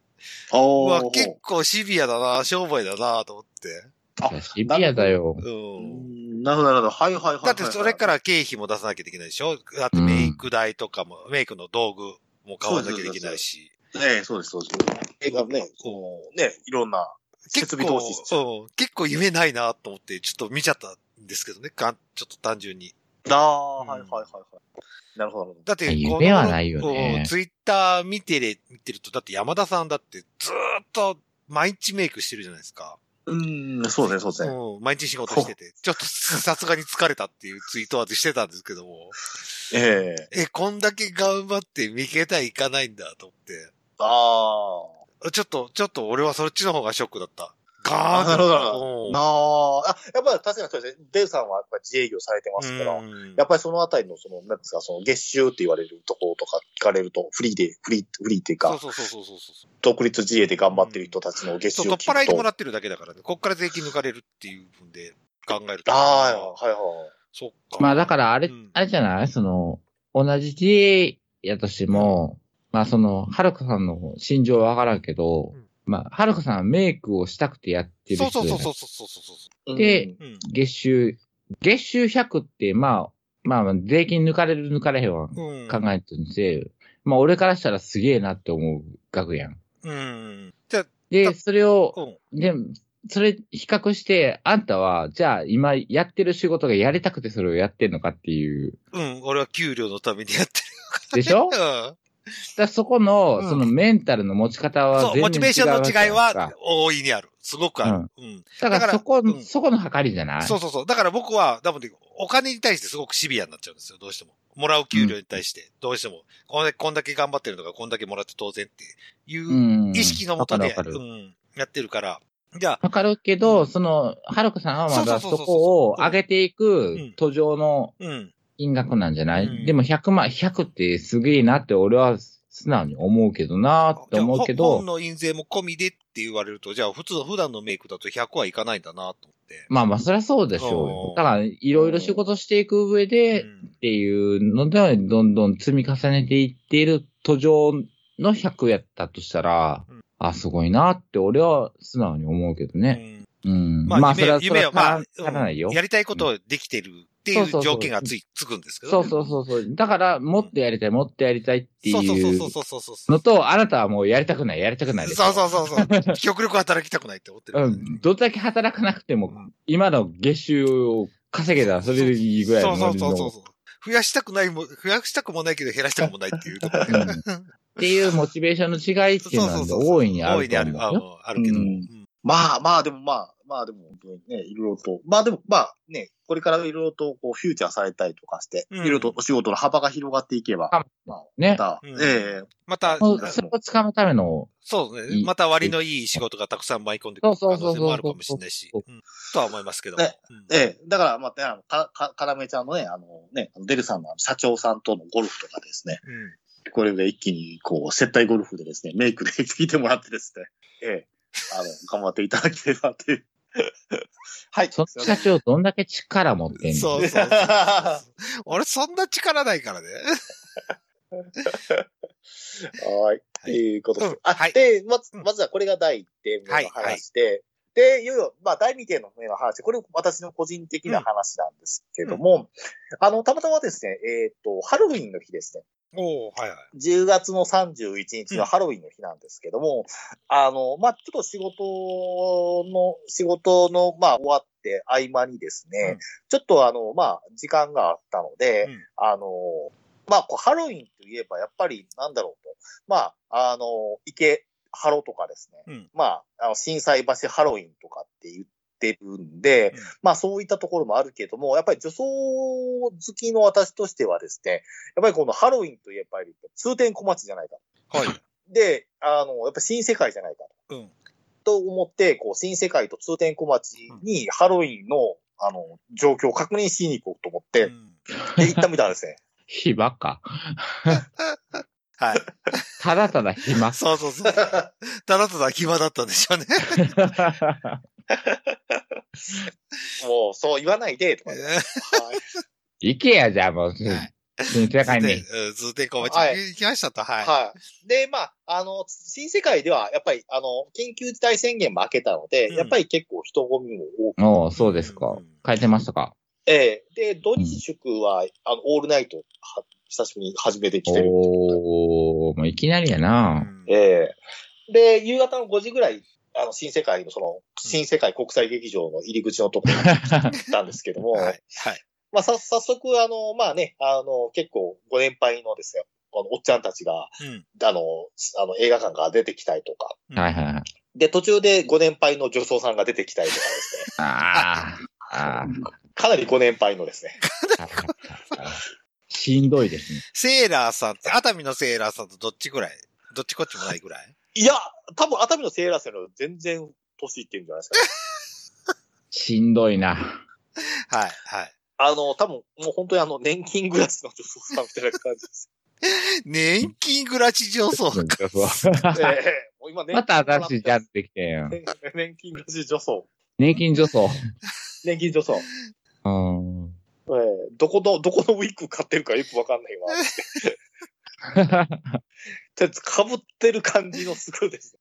[SPEAKER 3] あ
[SPEAKER 1] う
[SPEAKER 3] ー
[SPEAKER 1] わ、結構シビアだな、商売だな、と思って。
[SPEAKER 3] あ
[SPEAKER 2] シビアだよ。
[SPEAKER 3] う
[SPEAKER 1] うん。
[SPEAKER 3] んなるほど、なるほど。はいはいはいはいはい。
[SPEAKER 1] だってそれから経費も出さなきゃいけないでしょだってメイク代とかも、メイクの道具も買わなきゃいけないし。
[SPEAKER 3] ねえ、そうです、そうです。映画ね、こう、ね、いろんな設
[SPEAKER 1] 結
[SPEAKER 3] 備
[SPEAKER 1] 構、
[SPEAKER 3] 投資して。
[SPEAKER 1] うん結構夢ないなと思って、ちょっと見ちゃったんですけどね、かんちょっと単純に。
[SPEAKER 3] ああ、
[SPEAKER 1] うん
[SPEAKER 3] はいはいはいはい。なるほど、なるほど。
[SPEAKER 1] だって、
[SPEAKER 2] 夢
[SPEAKER 1] この
[SPEAKER 2] はないよね
[SPEAKER 1] うんツイッター見てれ、見てると、だって山田さんだってずーっと毎日メイクしてるじゃないですか。
[SPEAKER 3] うん、そうですね、そうですね。
[SPEAKER 1] うん、毎日仕事してて、ちょっとさすがに疲れたっていうツイートはしてたんですけども、
[SPEAKER 3] ええ
[SPEAKER 1] え、こんだけ頑張って見けたいかないんだと思って
[SPEAKER 3] ああ。、
[SPEAKER 1] ちょっと、ちょっと俺はそっちの方がショックだった。ガーンって
[SPEAKER 3] あなるほどな
[SPEAKER 1] うん
[SPEAKER 3] ああ、やっぱり確かにそうですね。デブさんはやっぱり自営業されてますから、
[SPEAKER 1] うん
[SPEAKER 3] やっぱりそのあたりの、その、なんですか、その月収って言われるところとか聞かれると、フリーで、フリー、フリーっていう
[SPEAKER 1] そう
[SPEAKER 3] か、
[SPEAKER 1] そうそうそうそうそう。
[SPEAKER 3] 独立自営で頑張ってる人たちの月
[SPEAKER 1] そう、
[SPEAKER 3] 収
[SPEAKER 1] 取
[SPEAKER 3] を
[SPEAKER 1] っ払い
[SPEAKER 3] 聞く
[SPEAKER 1] ても
[SPEAKER 3] と。
[SPEAKER 1] らってるだけだからね。こっから税金抜かれるっていう分で考えると。
[SPEAKER 3] ああ、はいはい。
[SPEAKER 1] そっか。
[SPEAKER 2] まあだからあれ、
[SPEAKER 1] うん
[SPEAKER 2] あれじゃないその、同じ TA やとしても、まあその、はるかさんの心情はわからんけど、
[SPEAKER 1] うん
[SPEAKER 2] まあ、はるかさんはメイクをしたくてやってる人
[SPEAKER 1] そうそうそう
[SPEAKER 2] じゃ
[SPEAKER 1] そうそうそうそ
[SPEAKER 2] ない
[SPEAKER 1] う。
[SPEAKER 2] で
[SPEAKER 3] うん
[SPEAKER 1] うん。
[SPEAKER 2] 月収、月収100って、まあ、まあまあ、税金抜かれる抜かれへんは
[SPEAKER 1] うん。
[SPEAKER 2] 考えてるんで、まあ俺からしたらすげえなって思う額やん。
[SPEAKER 1] うん。じゃ
[SPEAKER 2] で、
[SPEAKER 1] だ
[SPEAKER 2] それを
[SPEAKER 1] あ、、うん。
[SPEAKER 2] で、それ比較して、あんたは、じゃあ今やってる仕事がやりたくてそれをやってんのかっていう。
[SPEAKER 1] うん。俺は給料のためにやって
[SPEAKER 2] でしょ
[SPEAKER 1] る。うん。
[SPEAKER 2] だからそこの、
[SPEAKER 1] うん
[SPEAKER 2] そのメンタルの持ち方は全
[SPEAKER 1] そう、モ
[SPEAKER 2] 然違う
[SPEAKER 1] チベーションの違い
[SPEAKER 2] わけやん
[SPEAKER 1] は
[SPEAKER 2] か。
[SPEAKER 1] 大いにある。すごくある。うん。
[SPEAKER 2] だから
[SPEAKER 1] だから
[SPEAKER 2] そこ、
[SPEAKER 1] うん
[SPEAKER 2] そこの計りじゃない。
[SPEAKER 1] そうそうそう。だから僕は、多分ねお金に対してすごくシビアになっちゃうんですよ、どうしても。もらう給料に対して、どうしても、こんだけこんだけ頑張ってるのが、こんだけもらって当然っていううん意識のもとで、
[SPEAKER 2] わかるわ
[SPEAKER 1] う
[SPEAKER 2] かる。
[SPEAKER 1] ん、やってるから。じゃあ、
[SPEAKER 2] わかるけど、その、はるかさんはまだ
[SPEAKER 1] そう
[SPEAKER 2] そ
[SPEAKER 1] そうそうそう
[SPEAKER 2] こを上げてい
[SPEAKER 1] うん
[SPEAKER 2] く途上の
[SPEAKER 1] うん。
[SPEAKER 2] 金額なんじゃない、
[SPEAKER 1] うん
[SPEAKER 2] でも100万、100ってすげえなって俺は素直に思うけどなって思うけ
[SPEAKER 1] じゃあほ
[SPEAKER 2] ど
[SPEAKER 1] 本、の印税も込みでって言われると、じゃあ普通の普段のメイクだと100はいかないんだなと思って。
[SPEAKER 2] まあまあそりゃそうでしょ
[SPEAKER 1] うん
[SPEAKER 2] う。だから、いろいろ仕事していく上で、
[SPEAKER 1] うん
[SPEAKER 2] っていうので、どんどん積み重ねていっている途上の100やったとしたら、
[SPEAKER 1] うん
[SPEAKER 2] あ、すごいなって俺は素直に思うけどね。
[SPEAKER 1] うん
[SPEAKER 2] うん。
[SPEAKER 1] まあ、
[SPEAKER 2] まあ、そ
[SPEAKER 1] 夢
[SPEAKER 2] れ
[SPEAKER 1] は夢は
[SPEAKER 2] は、それは、
[SPEAKER 1] まあ、
[SPEAKER 2] 足らないよ
[SPEAKER 1] うん。やりたいことをできてるってい
[SPEAKER 2] そうそううそう
[SPEAKER 1] 条件がつい、つくんですけど
[SPEAKER 2] そ
[SPEAKER 1] ね、
[SPEAKER 2] うそうそうそう。だから、もっとやりたい、もっとやりたいって
[SPEAKER 1] そうそう
[SPEAKER 2] いう
[SPEAKER 1] そうそうそうそうそう。
[SPEAKER 2] のと、あなたはもうやりたくない、やりたくないです。
[SPEAKER 1] そうそうそうそう。 極力働きたくないって思ってる。
[SPEAKER 2] うん。どれだけ働かなくても
[SPEAKER 1] うん、
[SPEAKER 2] 今の月収を稼げたらそれでいいぐらいの
[SPEAKER 1] そ
[SPEAKER 2] ノ
[SPEAKER 1] う
[SPEAKER 2] リ
[SPEAKER 1] そう
[SPEAKER 2] の。
[SPEAKER 1] そうそう。増やしたくないも、増やしたくもないけど減らしたくもないっていうところ
[SPEAKER 2] うんっていうモチベーションの違いっていうのはね大いにあ
[SPEAKER 1] 大
[SPEAKER 2] る
[SPEAKER 1] いに
[SPEAKER 2] と
[SPEAKER 1] あ
[SPEAKER 2] 思
[SPEAKER 1] る。
[SPEAKER 2] うよ
[SPEAKER 1] あ。のあるけど。う
[SPEAKER 3] う
[SPEAKER 1] んん
[SPEAKER 3] まあまあでもまあ、まあでも本当にね、いろいろと、まあでもまあね、これからいろいろとこうフューチャーされたりとかして、
[SPEAKER 1] うん
[SPEAKER 3] いろいろとお仕事の幅が広がっていけば、
[SPEAKER 2] あ
[SPEAKER 3] まあ、
[SPEAKER 2] ね
[SPEAKER 3] また、
[SPEAKER 1] うん
[SPEAKER 3] え
[SPEAKER 1] また、
[SPEAKER 2] そうそれをつかむための、
[SPEAKER 1] そうです
[SPEAKER 2] い
[SPEAKER 1] ね。
[SPEAKER 2] い
[SPEAKER 1] また割のいい仕事がたくさん舞い込んでくる可能性もあるかもしれないし
[SPEAKER 2] そう、
[SPEAKER 1] うんとは思いますけども。
[SPEAKER 3] ね
[SPEAKER 1] う
[SPEAKER 3] え
[SPEAKER 1] ん
[SPEAKER 3] ええだからまあ、ね、あのか、か、かなめちゃんのね、あのね、あのデルさんのあの社長さんとのゴルフとかですね、
[SPEAKER 1] うん
[SPEAKER 3] これで一気にこう、接待ゴルフでですね、メイクで聞いてもらってですね、ええあの、頑張っていただければっていう。 はい。
[SPEAKER 2] その社
[SPEAKER 3] すいません
[SPEAKER 2] 長どんだけ力持ってんの
[SPEAKER 1] そうそうそうそう。 俺そんな力ないからね。
[SPEAKER 3] はい。っていうことです。
[SPEAKER 1] うん
[SPEAKER 3] あ、
[SPEAKER 1] はい
[SPEAKER 3] で、まず、
[SPEAKER 1] うん
[SPEAKER 3] まずはこれが第1点目の話で、で、いよいよ、まあ、第2点の目の話、これ私の個人的な話なんですけども、あの、たまたまですね、えっ、と、ハロウィンの日ですね、
[SPEAKER 1] おおはいはい。
[SPEAKER 3] 10月の31日のハロウィンの日なんですけども、あの、まあ、ちょっと仕事の、仕事の、まあ、終わって合間にですね、
[SPEAKER 1] うん
[SPEAKER 3] ちょっとあの、まあ、時間があったので、
[SPEAKER 1] うん
[SPEAKER 3] あの、まあ、こうハロウィンといえば、やっぱり、なんだろうと。まあ、あの、池、ハロとかです
[SPEAKER 1] う
[SPEAKER 3] ね。
[SPEAKER 1] ん
[SPEAKER 3] まあ、あの震災橋ハロウィンとかって言ってるんで、
[SPEAKER 1] うん
[SPEAKER 3] まあ、そういったところもあるけども、やっぱり女装好きの私としてはですね、やっぱりこのハロウィンといえば、通天小町じゃないか。
[SPEAKER 1] はい。
[SPEAKER 3] で、あの、やっぱ新世界じゃないか。
[SPEAKER 1] うん。
[SPEAKER 3] と思って、こう、新世界と通天小町にハロウィンの、あの、状況を確認しに行こうと思って、
[SPEAKER 1] うん
[SPEAKER 3] で、行ったみたいなんです ね。
[SPEAKER 2] 暇か。
[SPEAKER 1] はい。
[SPEAKER 2] ただただ暇。
[SPEAKER 1] そうそうそう。ただただ暇だったんでしょうね。
[SPEAKER 3] もう、そう言わないで、とか。
[SPEAKER 2] 行けや、じゃあもう。新世界に。
[SPEAKER 1] うん通天小町
[SPEAKER 3] はい
[SPEAKER 1] 行きましたと。はい。
[SPEAKER 3] はい。で、まあ、あの、新世界では、やっぱり、あの、緊急事態宣言も明けたので、
[SPEAKER 1] うん
[SPEAKER 3] やっぱり結構人混みも多く、
[SPEAKER 2] おうそうですか
[SPEAKER 1] うん。
[SPEAKER 2] 変えてましたか
[SPEAKER 3] ええで、土日祝は、あの、オールナイト、は久しぶりに始めてきてる。
[SPEAKER 2] おー、もういきなりや
[SPEAKER 1] う
[SPEAKER 2] な。
[SPEAKER 1] ん
[SPEAKER 3] ええで、夕方の5時ぐらい、あの、新世界 の、その、新世界国際劇場の入り口のところに行ったんですけども、
[SPEAKER 1] はい。はい。
[SPEAKER 3] ままあ、さ、早速、あの、まあね、あの、結構、ご年配のですよ、あの、おっちゃんたちが、
[SPEAKER 1] うん。
[SPEAKER 3] あの、すあの映画館から出てきたりとか、
[SPEAKER 1] うん
[SPEAKER 2] はいはいはい。
[SPEAKER 3] で、途中でご年配の女装さんが出てきたりとかですね、
[SPEAKER 2] ああ、ああ、
[SPEAKER 3] かなりご年配のですね、
[SPEAKER 2] しんどいですね。
[SPEAKER 1] セーラーさんって、熱海のセーラーさんとどっちぐらいどっちこっちもないぐらい
[SPEAKER 3] いや、多分、熱海のセーラーさんより全然年いってるんじゃないです か、ね。
[SPEAKER 2] しんどいな。
[SPEAKER 1] はい、はい。
[SPEAKER 3] あの、多分、もう本当にあの、年金暮らしの女装さんみたいな感じ です。
[SPEAKER 1] 年金暮らし上層。
[SPEAKER 3] ええもう今年 金
[SPEAKER 2] また新しいジャンルできてん よ。
[SPEAKER 3] 年金暮らし女装。
[SPEAKER 2] 年金助走。
[SPEAKER 3] 年金女装。
[SPEAKER 2] うん。
[SPEAKER 3] ええどこの、どこのウィッグ買ってるかよくわかんないわ。とりあえず被ってる感じのすごいです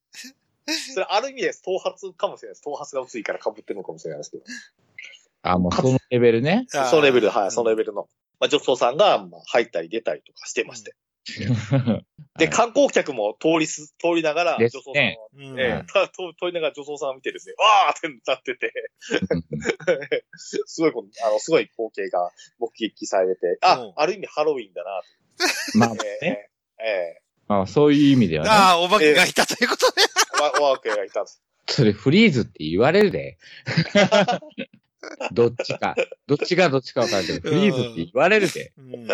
[SPEAKER 3] ね。それある意味です。頭髪かもしれないです。頭髪が薄いから被ってるのかもしれないですけど。
[SPEAKER 2] あ、もう そのレベルね。
[SPEAKER 1] あー
[SPEAKER 3] そのレベル、はい、そのレベルの。まあ、女装さんが、まあ、入ったり出たりとかしてまして。で、観光客も通りす、通りながら、女
[SPEAKER 2] です
[SPEAKER 3] 装さんを、
[SPEAKER 2] ね
[SPEAKER 1] うん
[SPEAKER 3] ええた通通りながら女装さんを見てですね、わーってなってて、 すごいこう、あの、すごい光景が目撃されて、あ、
[SPEAKER 1] うん
[SPEAKER 3] ある意味ハロウィンだな、
[SPEAKER 2] まあ
[SPEAKER 3] って、え
[SPEAKER 2] ね、
[SPEAKER 3] ええ
[SPEAKER 2] まあそういう意味ではね。
[SPEAKER 1] ああ、お化けがいたということね。
[SPEAKER 3] えわ、ワークがいたんです。
[SPEAKER 2] それフリーズって言われるで。 どっちか。どっちがどっちか分かるけど、フリーズって言われるで。
[SPEAKER 1] うん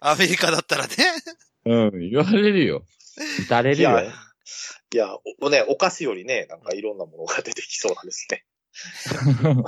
[SPEAKER 1] アメリカだったらね。
[SPEAKER 2] うん、言われるよ。打たれるよ。
[SPEAKER 3] いやいや、おね、お菓子よりね、なんかいろんなものが出てきそうなんですね。
[SPEAKER 2] 打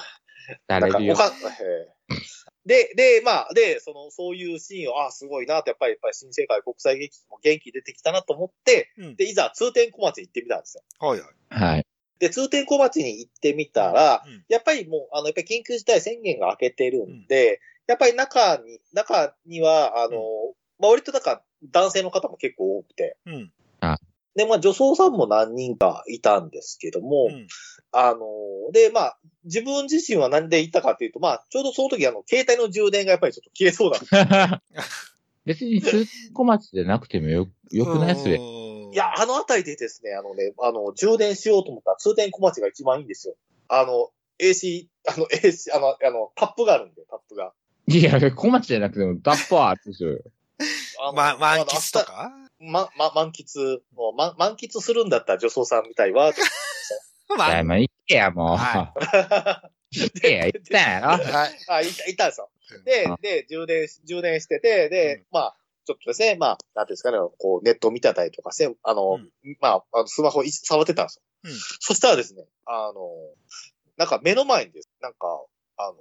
[SPEAKER 2] た
[SPEAKER 3] なん
[SPEAKER 2] れ
[SPEAKER 3] か
[SPEAKER 2] るよ
[SPEAKER 3] お。か、ええで、で、まあ、で、その、そういうシーンを、あ、すごいなって、やっぱり、やっぱり新世界国際劇も元気出てきたなと思って、
[SPEAKER 1] うん
[SPEAKER 3] で、いざ通天小町に行ってみたんですよ。
[SPEAKER 1] はいはい。
[SPEAKER 2] はい。
[SPEAKER 3] で、通天小町に行ってみたら、
[SPEAKER 1] うん
[SPEAKER 3] やっぱりもう、あの、やっぱり緊急事態宣言が明けてるんで、やっぱり中に、中には、あの、
[SPEAKER 1] う
[SPEAKER 3] まあ、割となんか、男性の方も結構多くて、
[SPEAKER 1] うん。
[SPEAKER 3] で、まあ、女装さんも何人かいたんですけども、
[SPEAKER 1] うん
[SPEAKER 3] あの、で、まあ、自分自身は何で行ったかっていうと、まあ、ちょうどその時、あの、携帯の充電がやっぱりちょっと切れそうなんで、
[SPEAKER 2] 別に通小町じゃなくてもよ、よくないっ
[SPEAKER 1] う
[SPEAKER 2] すね。
[SPEAKER 1] ん
[SPEAKER 3] いや、あのあたりでですね、あのね、あの、充電しようと思ったら通電小町が一番いいんですよ。あの、AC、あの、AC、あの、あの、タップがあるんで、タップが。
[SPEAKER 2] いや、小町じゃなくても、ダッパーあるでしょ。
[SPEAKER 3] あの
[SPEAKER 1] ま、満喫と。
[SPEAKER 3] あの
[SPEAKER 1] か
[SPEAKER 3] 明日ま、ま、満喫、もう、ま、満喫するんだったら女装さんみたいわ、と
[SPEAKER 2] いや、
[SPEAKER 1] 満
[SPEAKER 2] まあ、行けや、もう。
[SPEAKER 1] は
[SPEAKER 2] 行けや、行ったんやろ。
[SPEAKER 1] はい。
[SPEAKER 3] あ、いた、いたんですよ。で
[SPEAKER 2] うん、
[SPEAKER 3] で、充電し、充電してて、
[SPEAKER 1] う
[SPEAKER 3] で
[SPEAKER 1] ん、
[SPEAKER 3] まあ、ちょっとですね、まあ、なんていうんですかね、こう、ネット見てたりとかして、あの、まあ、あのスマホい触ってたんですよ。
[SPEAKER 1] うん
[SPEAKER 3] そしたらですね、あの、なんか目の前にです、なんか、あの、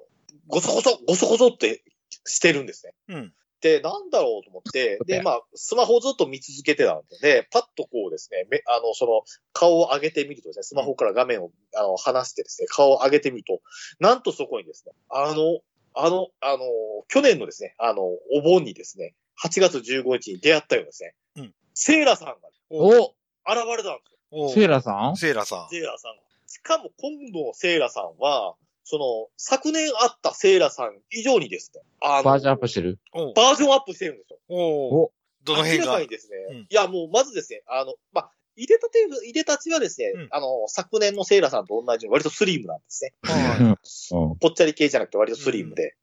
[SPEAKER 3] ごそごそ、ごそごそってしてるんですね。
[SPEAKER 1] うん。
[SPEAKER 3] で、なんだろうと思って、
[SPEAKER 2] うだ
[SPEAKER 3] で、
[SPEAKER 2] よ
[SPEAKER 3] まあ、スマホをずっと見続けてたんで、パッとこうですね、目、あの、その、顔を上げてみるとですね、スマホから画面を、あの、離してですね、顔を上げてみると、なんとそこにですね、あの、あの、あの、去年のですね、あの、お盆にですね、8月15日に出会ったようなですね、
[SPEAKER 1] うん
[SPEAKER 3] セーラさんが
[SPEAKER 2] お
[SPEAKER 3] 現れたんですよ、
[SPEAKER 1] お
[SPEAKER 2] セイラさん
[SPEAKER 1] セーラさん。
[SPEAKER 3] セーラさんが。しかも今度のセーラさんは、その、昨年あったセーラさん以上にですね、あの、
[SPEAKER 2] バージョンアップしてる
[SPEAKER 1] おう
[SPEAKER 3] バージョンアップしてるんですよ。
[SPEAKER 1] おう
[SPEAKER 2] お
[SPEAKER 1] どの辺
[SPEAKER 3] 明ら
[SPEAKER 1] が
[SPEAKER 3] かにですね、
[SPEAKER 1] うん
[SPEAKER 3] いや、もうまずですね、あの、まあ、いでたて、いでたちはですね、
[SPEAKER 1] うん
[SPEAKER 3] あの、昨年のセイラさんと同じように割とスリムなんですね。
[SPEAKER 1] は
[SPEAKER 2] うん
[SPEAKER 3] ぽっちゃり系じゃなくて割とスリムで、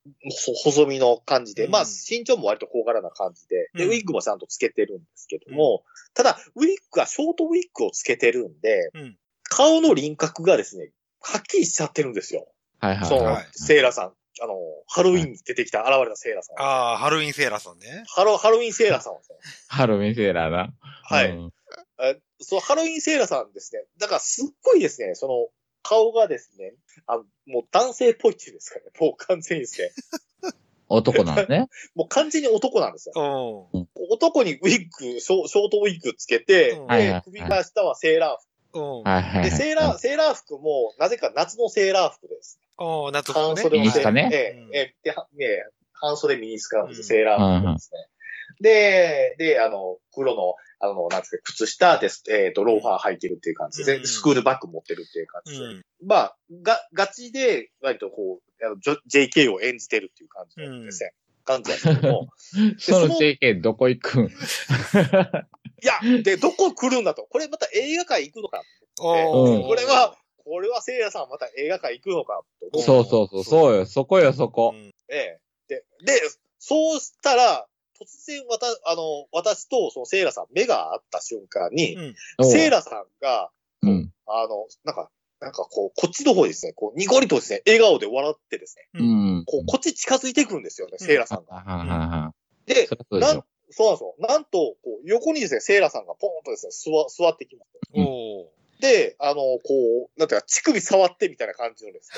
[SPEAKER 3] ほ細身の感じで、
[SPEAKER 1] うん
[SPEAKER 3] まあ、身長も割と高柄な感じで、で、
[SPEAKER 1] うん
[SPEAKER 3] ウィッグもちゃんとつけてるんですけども、ただ、ウィッグがショートウィッグをつけてるんで、
[SPEAKER 1] うん
[SPEAKER 3] 顔の輪郭がですね、はっきりしちゃってるんですよ。
[SPEAKER 2] はいはい
[SPEAKER 3] その
[SPEAKER 2] はい。
[SPEAKER 3] セイラさん、あの、ハロウィンに出てきた、現れたセイラさん。
[SPEAKER 1] ああ、ハロウィンセーラさんね。
[SPEAKER 3] ハロ、ハロウィンセイラさんはですね。
[SPEAKER 2] ハロウィンセーラーな。
[SPEAKER 3] はい。
[SPEAKER 2] うん。
[SPEAKER 3] えそう、ハロウィンセーラさんですね。だからすっごいですね、その、顔がですね、あのもう男性っぽいっていうんですかね。もう完全にですね。
[SPEAKER 2] 男なの ね。
[SPEAKER 3] もう完全に男なんですよ。
[SPEAKER 1] おう
[SPEAKER 3] 男にウィッグ、ショショートウィッグつけて
[SPEAKER 1] うん、
[SPEAKER 2] はいはいは
[SPEAKER 3] で
[SPEAKER 2] い、
[SPEAKER 3] 首から下はセーラ
[SPEAKER 1] おう
[SPEAKER 2] はいはいは
[SPEAKER 3] ー服。
[SPEAKER 2] い。
[SPEAKER 3] で、セーラー、セーラー服も、なぜか夏のセーラー服です。
[SPEAKER 1] おう夏服
[SPEAKER 3] 半
[SPEAKER 1] ね。
[SPEAKER 3] 袖
[SPEAKER 2] ミ
[SPEAKER 3] の
[SPEAKER 2] ニ
[SPEAKER 3] セ
[SPEAKER 2] ス
[SPEAKER 3] ー
[SPEAKER 2] カ
[SPEAKER 3] ラ
[SPEAKER 2] ね
[SPEAKER 3] ー服。ええ、ええで、はええ半袖ミニスカなんです
[SPEAKER 1] う
[SPEAKER 3] よ
[SPEAKER 1] ん
[SPEAKER 3] セーラー服ですね。で、で、あの、黒の、あの、なんですか、靴下です、えっ、と、ローファー履いてるっていう感じで、
[SPEAKER 1] うん
[SPEAKER 3] でスクールバッグ持ってるっていう感
[SPEAKER 1] う
[SPEAKER 3] じで、
[SPEAKER 1] ん。
[SPEAKER 3] まあ、が、ガチで、割とこう、あのジョ JK を演じてるっていう感じなんですね。感じなんですけども。
[SPEAKER 2] そ
[SPEAKER 3] そ
[SPEAKER 2] の
[SPEAKER 3] の
[SPEAKER 2] JK どこ行くん
[SPEAKER 3] いや、で、どこ来るんだと。これまた映画館行くのか。
[SPEAKER 1] おう
[SPEAKER 2] うん
[SPEAKER 3] これは、これは聖夜さんまた映画館行くのかと思う。
[SPEAKER 2] そうそうそう、そうよ、そこよ、そこ。
[SPEAKER 1] うん
[SPEAKER 3] ええ。で、で、そうしたら、突然、わた、あの、私と、その、セイラさん、目が合った瞬間に、
[SPEAKER 1] うん。
[SPEAKER 2] おう
[SPEAKER 3] セイラさんが、
[SPEAKER 2] うん。
[SPEAKER 3] あの、なんか、なんかこう、こっちの方にですね、こう、ニコリとですね、笑顔で笑ってですね、
[SPEAKER 2] うん。
[SPEAKER 3] こう、こっち近づいてくるんですよね、
[SPEAKER 1] うん
[SPEAKER 3] セイラさ
[SPEAKER 2] は
[SPEAKER 3] んが。
[SPEAKER 2] ははは。
[SPEAKER 3] で
[SPEAKER 2] そ、りゃそうでしょ。
[SPEAKER 3] そうなんですよ。なんと、こう、横にですね、セイラさんがポーンとですね、座、座ってきます。
[SPEAKER 2] うん
[SPEAKER 1] おお。
[SPEAKER 3] で、あの、こう、なんていうか、乳首触ってみたいな感じのです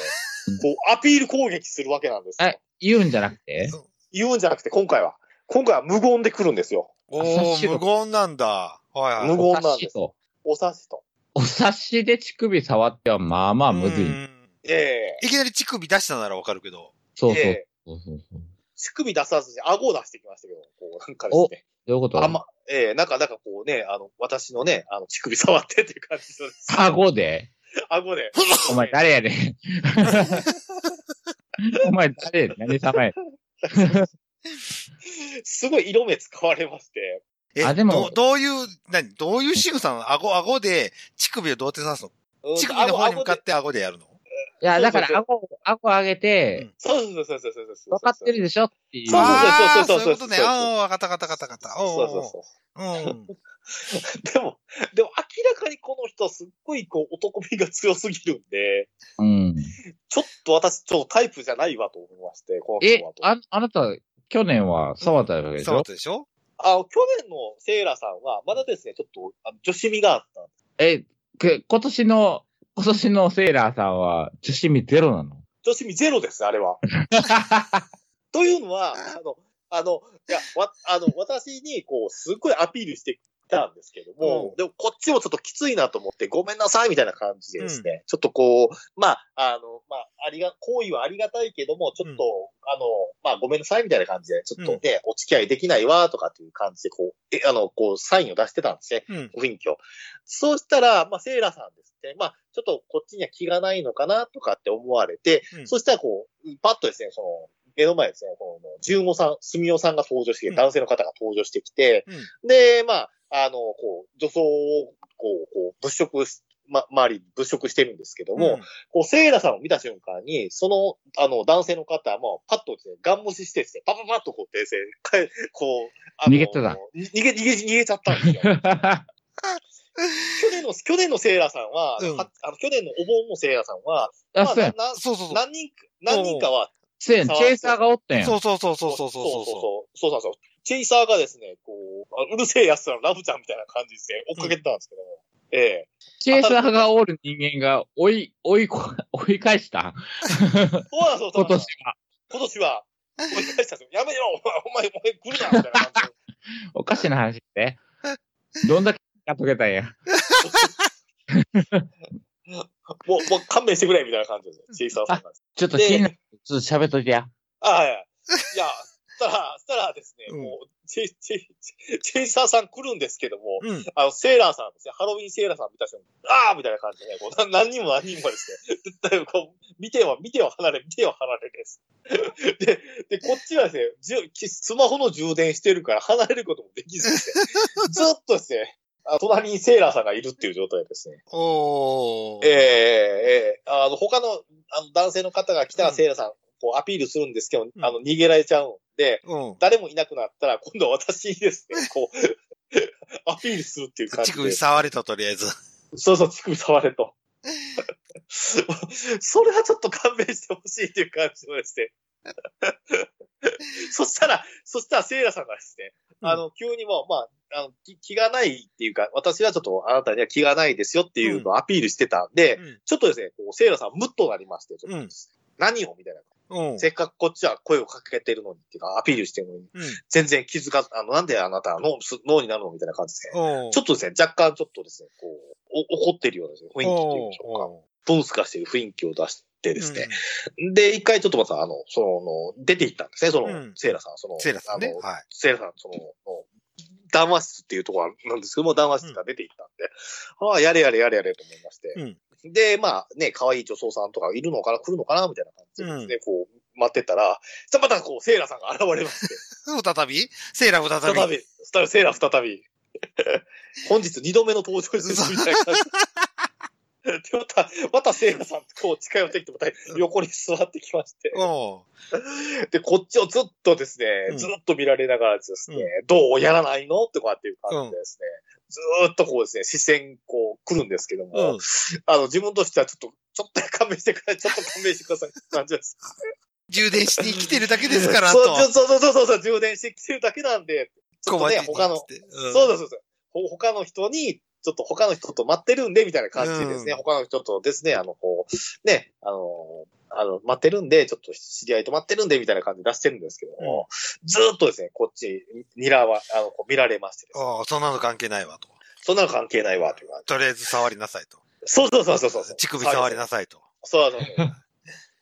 [SPEAKER 3] ね、こう、アピール攻撃するわけなんですよ
[SPEAKER 2] え。言うんじゃなくて
[SPEAKER 3] 言うんじゃなくて、今回は、今回は無言で来るんですよ。
[SPEAKER 1] お
[SPEAKER 2] 察
[SPEAKER 1] お
[SPEAKER 2] しろ
[SPEAKER 1] 無言なんだ。はいはい。
[SPEAKER 3] 無言なんです
[SPEAKER 2] お察しと。
[SPEAKER 3] お察しと。
[SPEAKER 2] お察しで乳首触ってはまあまあむず
[SPEAKER 1] う
[SPEAKER 2] い。
[SPEAKER 1] ん
[SPEAKER 3] ええ
[SPEAKER 1] いきなり乳首出したならわかるけど。
[SPEAKER 2] そう
[SPEAKER 3] え
[SPEAKER 2] そう
[SPEAKER 3] え
[SPEAKER 2] そうそうそう。
[SPEAKER 3] 乳首出さずに顎を出してきましたけど、こう、なんかですね。
[SPEAKER 2] どういうこと
[SPEAKER 3] あんま、ええなんか、なんかこうね、あの、私のね、あの、乳首触ってっていう感じのです。
[SPEAKER 2] 顎で
[SPEAKER 3] 顎で。
[SPEAKER 2] お前誰やねん。 お前誰何様や。
[SPEAKER 3] すごい色目使われまして。
[SPEAKER 1] え、
[SPEAKER 2] あでも
[SPEAKER 1] どどういう、何どういう仕草なの顎、顎で乳首をどうやって刺すの
[SPEAKER 3] うん
[SPEAKER 1] 乳首の方に向かっ
[SPEAKER 3] 顎顎で
[SPEAKER 1] て顎でやるの
[SPEAKER 2] いや、だから
[SPEAKER 3] そう
[SPEAKER 2] 顎を、顎上げて、
[SPEAKER 3] そうそうそうそうそうそうそう。
[SPEAKER 2] 分かってるでしょっていう。
[SPEAKER 3] そうそう
[SPEAKER 1] あー
[SPEAKER 3] そ
[SPEAKER 1] そう
[SPEAKER 3] うそ
[SPEAKER 1] いう
[SPEAKER 3] そ
[SPEAKER 1] うこと
[SPEAKER 3] う
[SPEAKER 1] ね。
[SPEAKER 3] そうそう
[SPEAKER 1] ああ、わかったわかったわかった。お
[SPEAKER 3] そう
[SPEAKER 1] う
[SPEAKER 3] そう
[SPEAKER 1] お
[SPEAKER 3] そう。
[SPEAKER 1] う。うん。
[SPEAKER 3] でも、でも明らかにこの人はすっごいこう男気が強すぎるんで、
[SPEAKER 2] うん。
[SPEAKER 3] ちょっと私、ちょっとタイプじゃないわと思いまして、この
[SPEAKER 2] え
[SPEAKER 3] 人は、と。あ
[SPEAKER 2] あ、あなた、去年は触ったわけでし
[SPEAKER 1] 触っ
[SPEAKER 2] ょ
[SPEAKER 1] たでしょ
[SPEAKER 3] の、去年のセイラさんは、まだですね、ちょっとあの女子味があったんで
[SPEAKER 2] え、く今年の、今年のセーラーさんは女子味ゼロなの
[SPEAKER 3] 女子味ゼロです、あ れは。というのは、あの、あの、いや、わ、あの、私に、こう、すっごいアピールしてきたんですけども、
[SPEAKER 1] うん
[SPEAKER 3] でも、こっちもちょっときついなと思って、ごめんなさい、みたいな感じでですね、ちょっとこう、まあ、あの、まあ、ありが、行為はありがたいけども、ちょっと、あの、まあ、ごめんなさい、みたいな感じで、ちょっとね、お付き合いできないわ、とかっていう感じで、こう、え、あの、こう、サインを出してたんですね。
[SPEAKER 1] うん。
[SPEAKER 3] 雰囲気を。そうしたら、まあ、セイラさんですね。まあ、ちょっとこっちには気がないのかなとかって思われて、
[SPEAKER 1] うん
[SPEAKER 3] そしたらこう、パッとですね、その、目の前ですね、この、十五さん、すみおさんが登場してき
[SPEAKER 1] うん
[SPEAKER 3] て、男性の方が登場してきて、で、まあ、あの、こう、女装を、こう、こう物色し、ま、周り物色してるんですけど
[SPEAKER 1] うん。
[SPEAKER 3] も、こう、セイラさんを見た瞬間に、その、あの、男性の方も、パッとですね、ガン無視してですね、パパパッとこう、訂正、かえこう、あの
[SPEAKER 2] 逃げてた
[SPEAKER 3] に逃げ、逃げ、逃げちゃったんですよ。去年の、去年のセーラーさんは、
[SPEAKER 1] うん
[SPEAKER 3] はあの去年のお盆のセーラーさんは、ま
[SPEAKER 2] あ、
[SPEAKER 3] あ、
[SPEAKER 2] そうや。
[SPEAKER 3] なんな
[SPEAKER 1] そうそうそう。
[SPEAKER 3] 何人か、何人かは、
[SPEAKER 2] そうやん。チェイサーがおったやん。
[SPEAKER 1] そうそうそうそうそうそう
[SPEAKER 3] そ
[SPEAKER 1] そうう
[SPEAKER 3] そうそうそうなんですよチェイサーがですね、こう、あうるせえやつらのラブちゃんみたいな感じですね、追っかけてたんですけども、ええ
[SPEAKER 2] チェイサーがおる人間が追い、 追いこ、追い返した
[SPEAKER 3] そうなんですよ、そう
[SPEAKER 2] 今
[SPEAKER 3] なんで
[SPEAKER 2] 年
[SPEAKER 3] すよ
[SPEAKER 2] は。
[SPEAKER 3] 今年は、 追い返したんですよ。やめろ、お前、お前、お前来るな、みたいな感
[SPEAKER 2] おかしな話 って。どんだけが解けたんや。
[SPEAKER 3] じで。もう、もう勘弁してくれ、みたいな感じですね、チェイサーさんが。
[SPEAKER 2] ちょっと気になる。ちょっと喋っといてや。
[SPEAKER 3] あはいはい。いや、したら、したらですね、
[SPEAKER 1] うん
[SPEAKER 3] もう、チェイ、チェイ、チェイサーさん来るんですけども、
[SPEAKER 1] そう。うん。
[SPEAKER 3] あの、セーラーさんですね、ハロウィンセーラーさん見た瞬間、あーみたいな感じでね、こうな何人も何人もですね、 絶対こう、見ては、見ては離れ、見ては離れです。で、で、こっちはですね、じゅきスマホの充電してるから離れることもできずですね、ずっとですね、あ隣にセーラーさんがいるっていう状態ですね。
[SPEAKER 1] おー。
[SPEAKER 3] ええええあの、他のあの男性の方が来たらセーラーさん、こうアピールするんですけど、
[SPEAKER 1] ん
[SPEAKER 3] あの、逃げられちゃうんで、
[SPEAKER 1] うん。
[SPEAKER 3] 誰もいなくなったら、今度は私にですね、こう、アピールするっていう感じ
[SPEAKER 1] 乳
[SPEAKER 3] で。
[SPEAKER 1] 首触れたとりあえず。
[SPEAKER 3] そうそう、乳首触れと。それはちょっと勘弁してほしいっていう感じのですね。そしたら、そしたらセイラさんがですね、
[SPEAKER 1] うん
[SPEAKER 3] あの、急にもう、まあ、あの気気がないっていうか、私はちょっとあなたには気がないですよっていうのをアピールしてたんで、
[SPEAKER 1] うん
[SPEAKER 3] ちょっとですね、こうセイラさんムッとなりまして、ちょっとですね何をみたいな。
[SPEAKER 1] うん。
[SPEAKER 3] せっかくこっちは声をかけてるのにっていうか、アピールしてるのに、
[SPEAKER 1] うん。
[SPEAKER 3] 全然気づかず、あの、なんであなたは脳す脳になるのみたいな感じで。
[SPEAKER 1] おー
[SPEAKER 3] ちょっとですね、若干ちょっとですね、こう、お怒ってるようなですね雰囲気というんでしょうか。
[SPEAKER 1] お
[SPEAKER 3] ブンスカしてる雰囲気を出して
[SPEAKER 1] ー
[SPEAKER 3] ですね。で、一回ちょっとまた、あの、その、出て行ったんですね、その、
[SPEAKER 1] うん
[SPEAKER 3] セイラさん、その、
[SPEAKER 1] セイラさんね
[SPEAKER 3] あ。の
[SPEAKER 1] はい。
[SPEAKER 3] セイラさん、その、談話室っていうところなんですけども、談話室から出て行ったんで、ああ、やれやれやれやれと思いまして。
[SPEAKER 1] うん
[SPEAKER 3] で、まあね、可愛い女装さんとかいるのかな、来るのかな、みたいな感じでですね、
[SPEAKER 1] う
[SPEAKER 3] こう、待ってたら、じゃあまたこう、セイラさんが現れまして、
[SPEAKER 1] 再びセイラ再び。
[SPEAKER 3] 再び、再 セーラ再び。本日二度目の登場ですみたいな感じ。で、また、また聖夜さんとこう近寄ってきて、また横に座ってきまして。
[SPEAKER 1] うん。
[SPEAKER 3] で、こっちをずっとですね、
[SPEAKER 1] うん
[SPEAKER 3] ずっと見られながらですね、どうやらないのってこうやっていう感じでですね、ずーっとこうですね、視線こう来るんですけども、
[SPEAKER 1] うん。
[SPEAKER 3] あの、自分としてはちょっと、ちょっと勘弁してください、ちょっと勘弁してくださいって感じです。
[SPEAKER 1] 充電しに来てるだけですから、と。
[SPEAKER 3] そうそうそうそうそうそう、充電してきてるだけなんで、ちょっとね、他の
[SPEAKER 1] っ、てうん
[SPEAKER 3] そうです、そうです。ほ他の人に、ちょっと他の人と待ってるんで、みたいな感じでですね、
[SPEAKER 1] うん
[SPEAKER 3] 他の人とですね、あの、こう、ね、あの、あの、待ってるんで、ちょっと知り合いと待ってるんで、みたいな感じで出してるんですけども、ずーっとですね、こっちに、にらわ、あの、こう見られましてですね、
[SPEAKER 1] ああ、そんなの関係ないわ、と。
[SPEAKER 3] そんなの関係ないわ、という感じ。
[SPEAKER 1] とりあえず触りなさいと。
[SPEAKER 3] そうそうそうそうそう。
[SPEAKER 1] 乳首触り
[SPEAKER 3] な。
[SPEAKER 1] なさい と。
[SPEAKER 3] そうそうそう。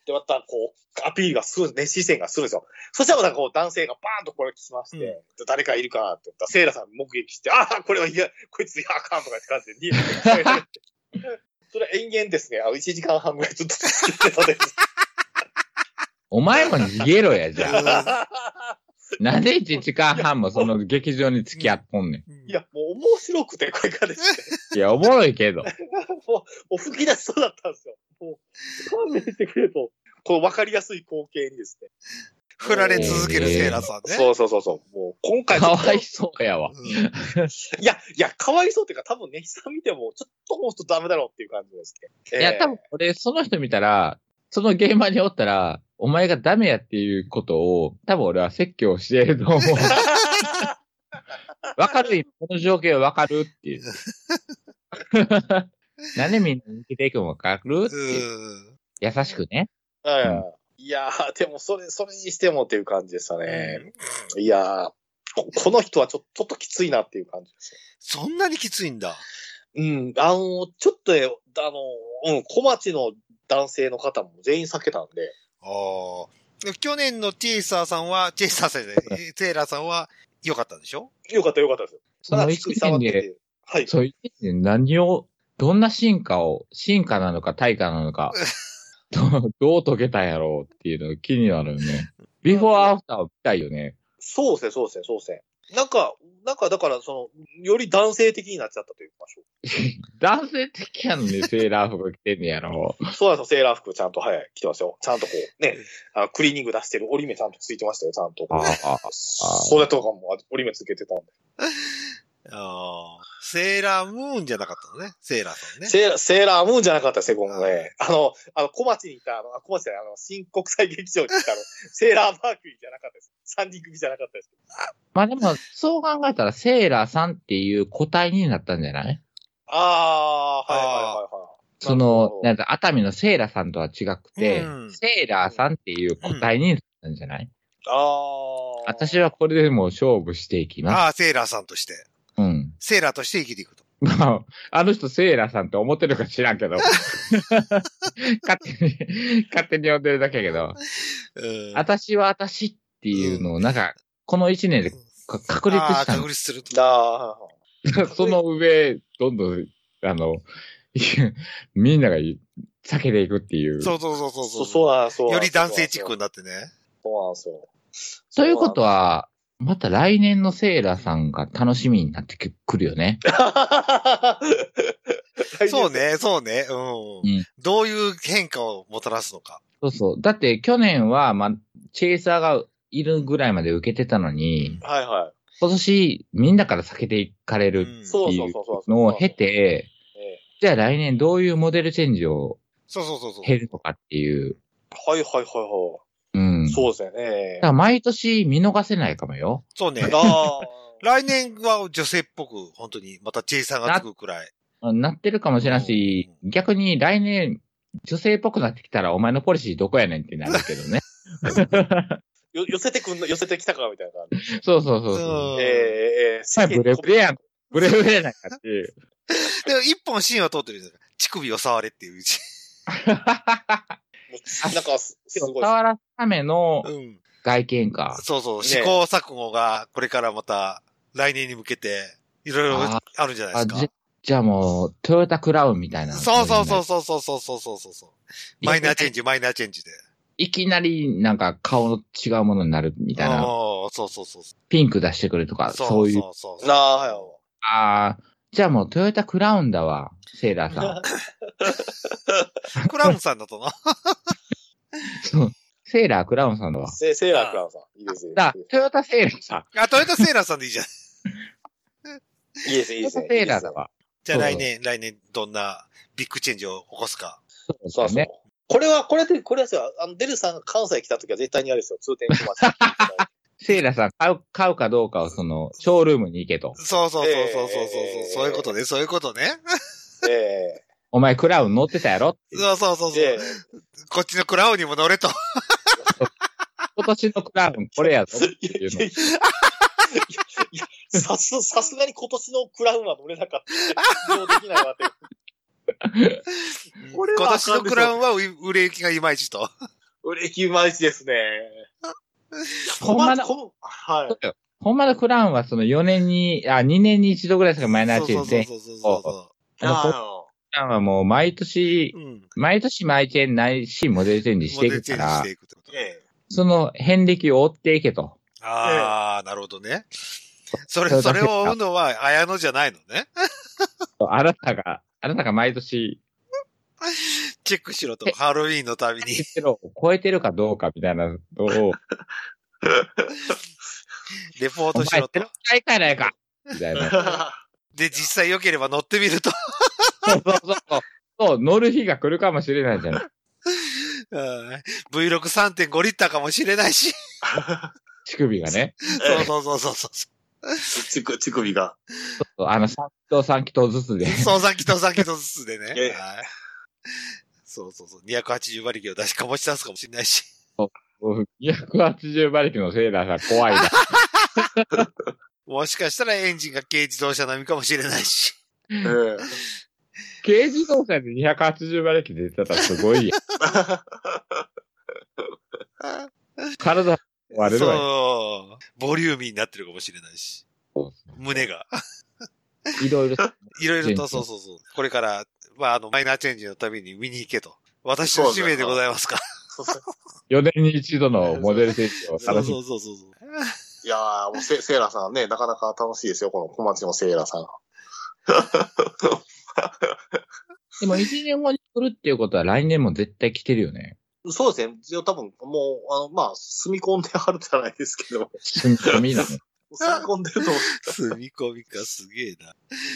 [SPEAKER 3] で、また、こう、アピールがするんですね、視線がするんですよ。そしたらまた、こう、男性がバーンとこれ来まして、
[SPEAKER 1] うん
[SPEAKER 3] で誰かいるかなって言ったら、セイラさん目撃して、ああ、これはいや、こいついやあかんとかって感じで、 それは延々ですね、あの、1時間半ぐらいずっと続けてたんです。
[SPEAKER 2] お前も逃げろや、じゃあ。
[SPEAKER 3] い
[SPEAKER 2] なんで1時間半もその劇場に付き合っとんね
[SPEAKER 1] うん
[SPEAKER 3] や、、もう面白くて、これがですね、
[SPEAKER 2] ん。いや、おもろいけど。
[SPEAKER 3] もう、もう吹き出しそうだったんですよ。もう、勘弁してくれと。こう、わかりやすい光景にですね。
[SPEAKER 1] 振られ続けるセイラさんね。
[SPEAKER 3] そうそうそうそう。もう、今回
[SPEAKER 2] かわいそうやわ。
[SPEAKER 1] うん
[SPEAKER 3] いや、いや、かわいそうっていうか、多分ね、久見ても、ちょっともうちょっとダメだろうっていう感じですね。
[SPEAKER 2] いや、多
[SPEAKER 3] 分。
[SPEAKER 2] 分俺、その人見たら、その現場におったら、お前がダメやっていうことを、多分俺は説教してると思う。わかるこの状況わかるっていう。なんでみんな抜けていくのわかるっていう。
[SPEAKER 1] うん。
[SPEAKER 2] 優しくね。
[SPEAKER 3] うんいやー、でもそれ、それにしてもっていう感じでしたね。いやーこ、この人はちょちょっときついなっていう感じです
[SPEAKER 1] そんなにきついんだ。
[SPEAKER 3] ね。うん、あの、ちょっとね、あの、うん、小町の男性の方も全員避けたんで、
[SPEAKER 1] ああ。で去年のチェイサーさんは、チェイサーさんじゃないえセイラさんは良かったんでしょ
[SPEAKER 3] よかったよかったですよ。
[SPEAKER 2] その一年で、
[SPEAKER 3] て。はい。
[SPEAKER 2] そう一年で何を、どんな進化を、進化なのか退化なのか、どうどう解けたんやろうっていうのが気になるよね。ビフォーアフターを見たいよね。
[SPEAKER 3] そうですね、そうですね、そうですね。なんか、なんか、だから、その、より男性的になっちゃったというか、
[SPEAKER 2] 男性的やのにセーラー服着てんねやろ。
[SPEAKER 3] そうなんですよ、セーラー服ちゃんと、はい、着てますよ。ちゃんとこう、ね、あのクリーニング出してる折り目ちゃんとついてましたよ、ちゃんと。
[SPEAKER 2] ああ、
[SPEAKER 3] それとかも折り目つけてたんで。
[SPEAKER 1] ああ。セーラームーンじゃなかったのね。セーラーさんね。
[SPEAKER 3] セーラーセーラームーンじゃなかったですね、今後ね。あの、あの、小町にいた、あの、あ小町じゃない、あの、新国際劇場にいた、 あの、セーラーマーキュリーじゃなかったです。三人組じゃなかったです。
[SPEAKER 2] まあでも、そう考えたらセーラーさんっていう個体になったんじゃない
[SPEAKER 3] あー、はいはいはいはい。
[SPEAKER 2] そ
[SPEAKER 3] なる
[SPEAKER 2] の
[SPEAKER 3] ほ、ど
[SPEAKER 2] なんか熱海のセーラーさんとは違くて、
[SPEAKER 1] うん
[SPEAKER 2] セーラーさんっていう個体になったんじゃない、
[SPEAKER 3] あー。
[SPEAKER 2] 私はこれでもう勝負していきま
[SPEAKER 1] ああ、セーラーさんとして。
[SPEAKER 2] す。うん。
[SPEAKER 1] セーラーとして生きていくと。
[SPEAKER 2] まあ、あの人セーラーさんって思ってるか知ら んけど。勝手に、勝手に呼んでるだけやけど。
[SPEAKER 1] うん。
[SPEAKER 2] 私は私っていうのを、なんか、この一年でか確立
[SPEAKER 1] あ
[SPEAKER 2] し
[SPEAKER 1] あ、
[SPEAKER 2] た
[SPEAKER 1] 確
[SPEAKER 2] の。
[SPEAKER 1] 立すると。
[SPEAKER 3] あー。
[SPEAKER 2] その上、どんどん、あの、 みんなが避けていくっていう。
[SPEAKER 1] そうそうそうそう
[SPEAKER 3] そう、そうなんですそうな
[SPEAKER 1] よ
[SPEAKER 3] んで
[SPEAKER 1] り
[SPEAKER 3] す
[SPEAKER 1] 男性チックになってね。
[SPEAKER 3] そうなんですよ。
[SPEAKER 2] ということは、また来年のセーラーさんが楽しみになってくくるよね。
[SPEAKER 1] そう。ね、そうね、うん。
[SPEAKER 2] うん
[SPEAKER 1] どういう変化をもたらすのか。
[SPEAKER 2] そうそう。だって去年は、まあ、チェイサーがいるぐらいまで受けてたのに、
[SPEAKER 3] はいは
[SPEAKER 2] 今年みんなから避けていかれ
[SPEAKER 1] う
[SPEAKER 2] る
[SPEAKER 1] ん
[SPEAKER 3] い。
[SPEAKER 1] そう
[SPEAKER 3] そうそうそうそう。
[SPEAKER 2] のを経て、
[SPEAKER 3] ええ、
[SPEAKER 2] じゃあ来年どういうモデルチェンジを
[SPEAKER 1] そうそうそう。
[SPEAKER 2] 減るとかっていう。
[SPEAKER 3] はいはいはいは
[SPEAKER 2] うん。
[SPEAKER 3] い。
[SPEAKER 2] う。
[SPEAKER 3] そうですよね
[SPEAKER 2] だか。ら毎年見逃せないかもよ。
[SPEAKER 1] そうね。
[SPEAKER 3] あー
[SPEAKER 1] 来年は女性っぽく、本当に、またチェイさんがつくくらい。
[SPEAKER 2] なってるかもしれんし、
[SPEAKER 1] うん
[SPEAKER 2] 逆に来年女性っぽくなってきたらお前のポリシーどこやねんってなるけど ね。
[SPEAKER 3] よ寄せてくんの、寄せてきたかみたいな感じ。
[SPEAKER 2] そうそうそううそう。
[SPEAKER 1] ん。
[SPEAKER 3] え
[SPEAKER 1] で
[SPEAKER 3] えええ
[SPEAKER 2] はい、ブレブレやん。ブレブレやないかっ ていう。
[SPEAKER 1] も一本シーンは通ってるじゃない乳首を触れっていう。
[SPEAKER 3] なんかす、すごいです。
[SPEAKER 2] 触らすための
[SPEAKER 1] うん。
[SPEAKER 2] 外見か。
[SPEAKER 1] そうそう。
[SPEAKER 3] ね
[SPEAKER 1] 試行錯誤が、これからまた、来年に向けて、いろいろ
[SPEAKER 2] あ
[SPEAKER 1] あるんじゃない
[SPEAKER 2] あ
[SPEAKER 1] で
[SPEAKER 2] じ
[SPEAKER 1] す
[SPEAKER 2] ゃじゃあもう、トヨタクラウンみたいな。
[SPEAKER 1] か。そうそうそうそうそうそうそうそうそう。マイナーチェン
[SPEAKER 2] ジ。
[SPEAKER 1] ジ、マイナーチェンジで。
[SPEAKER 2] いきなりなんか顔の違うものになるみたい
[SPEAKER 1] あ
[SPEAKER 2] な。
[SPEAKER 1] ーそうそうそうそう。
[SPEAKER 2] ピンク出してくるとか、そういう。
[SPEAKER 1] そうそう。
[SPEAKER 3] なあ、はい。
[SPEAKER 2] ああ、じゃあもうトヨタクラウンだわ、セーラ ーさん。
[SPEAKER 1] クラウンさんだとな。
[SPEAKER 2] そう。セーラークラウンさんだわ。
[SPEAKER 3] セセーラークラウンさん。いいですね。
[SPEAKER 2] だ、トヨタセーラーさ
[SPEAKER 1] あ、トヨタセーラーさんでいいじゃん。
[SPEAKER 3] いいですね、
[SPEAKER 2] ん。
[SPEAKER 3] い
[SPEAKER 2] トヨ
[SPEAKER 3] いです
[SPEAKER 2] タ
[SPEAKER 3] ね。
[SPEAKER 2] セーラーだわ。
[SPEAKER 1] じゃあ
[SPEAKER 2] そう
[SPEAKER 1] 来年、来年どんなビッグチェンジを起こすか。
[SPEAKER 2] そう
[SPEAKER 3] そ
[SPEAKER 2] で
[SPEAKER 3] うそ
[SPEAKER 2] す
[SPEAKER 3] う
[SPEAKER 2] ね。。
[SPEAKER 3] これは、これで、これですよ。あの、デルさんが関西来た時は絶対にあれですよ。通天来ます。
[SPEAKER 2] セーラーさん買う、買うかどうかをその、ショールームに行けと。
[SPEAKER 1] そうそうそうそうそうそうそう、
[SPEAKER 3] えー
[SPEAKER 1] そういうことね、そういうことね。
[SPEAKER 3] ええ
[SPEAKER 2] お前クラウン乗ってたやろっていう
[SPEAKER 1] そうそうそうそう、
[SPEAKER 3] で、
[SPEAKER 1] こっちのクラウンにも乗れと。
[SPEAKER 2] 今年のクラウンこれやぞっていうの。
[SPEAKER 3] さす、さすがに今年のクラウンは乗れなかった。利用できないわって。 これは
[SPEAKER 1] 今
[SPEAKER 3] あ
[SPEAKER 1] 年
[SPEAKER 3] か
[SPEAKER 1] の
[SPEAKER 3] んでしょ
[SPEAKER 1] クラウンは売れ行きがいまいちと。
[SPEAKER 3] 売れ行きまいちですね。
[SPEAKER 2] ほんまの
[SPEAKER 3] このはい。
[SPEAKER 2] ほんまのクラウンはその4年に、あ、2年に一度ぐらいしかマイナーチェンジで、
[SPEAKER 1] そうそうそうそうそ
[SPEAKER 2] あの、クラウンはもう毎年
[SPEAKER 1] う。、うん。
[SPEAKER 2] 毎年マイチェンないし、モデルチェンジしていくか
[SPEAKER 1] モデルチェンジし
[SPEAKER 2] ら
[SPEAKER 1] て、いくってこと。
[SPEAKER 3] え
[SPEAKER 2] その遍歴を追っていけと。
[SPEAKER 1] ああ、なるほどね。そ
[SPEAKER 2] そ
[SPEAKER 1] れ、
[SPEAKER 2] れ
[SPEAKER 1] そ
[SPEAKER 2] だけ
[SPEAKER 1] れを追うのは、綾野じゃないのね。
[SPEAKER 2] あなたが、あなたが毎年、
[SPEAKER 1] チェックしろと
[SPEAKER 2] え、
[SPEAKER 1] ハロウィーンのたびに。
[SPEAKER 2] ゼロを超えてるかどうかみた いなのを、
[SPEAKER 1] レポー
[SPEAKER 2] お
[SPEAKER 1] ト
[SPEAKER 2] 前、
[SPEAKER 1] しろと
[SPEAKER 2] ゼロ。回かやないかみたいな。
[SPEAKER 3] え
[SPEAKER 1] で、実際良ければ乗ってみると。
[SPEAKER 2] そうそうそうそう。そう、乗る日が来るかもしれないじゃない。
[SPEAKER 1] うん V63.5 リッターかもしれないし。
[SPEAKER 2] 乳首がね。
[SPEAKER 1] そうそうそうそうそう。
[SPEAKER 3] ちく、乳首が。
[SPEAKER 2] そうあの、3頭3気筒ずつで。
[SPEAKER 1] 相算機と算機とずつで
[SPEAKER 3] ええ
[SPEAKER 1] ね。はいそうそうそう。280馬力を出しかもし出すかもしれないし。
[SPEAKER 2] 280馬力のセーラーさん怖いな。
[SPEAKER 1] もしかしたらエンジンが軽自動車並みかもしれないし。
[SPEAKER 3] ええ
[SPEAKER 2] 軽自動車で280馬力出てたらすごいや。体割れるわよ。
[SPEAKER 1] そう。ボリューミーになってるかもしれないし。胸が。
[SPEAKER 2] いろいろ。
[SPEAKER 1] いろいろ
[SPEAKER 2] チェン
[SPEAKER 1] と、
[SPEAKER 2] ジ
[SPEAKER 1] そうそうそう。これから、まあ、あの、マイナーチェンジのために見に行けと。私の使命でございますか。
[SPEAKER 2] 4年に一度のモデル選手を
[SPEAKER 1] そう
[SPEAKER 2] 楽し
[SPEAKER 1] そ
[SPEAKER 2] み。
[SPEAKER 1] うそうそうそう。
[SPEAKER 3] いやー、もうセセーラさんね、なかなか楽しいですよ、この小町のセーラさん。
[SPEAKER 2] でも1年後に来るっていうことは来年も絶対来てるよね。
[SPEAKER 3] そうですね。一応多分、もう、あの、まあ、住み込んであるじゃないですけ ど、
[SPEAKER 2] 住みなの。
[SPEAKER 3] 住み込んでると思う。
[SPEAKER 1] 住み込みか、すげえな。
[SPEAKER 3] い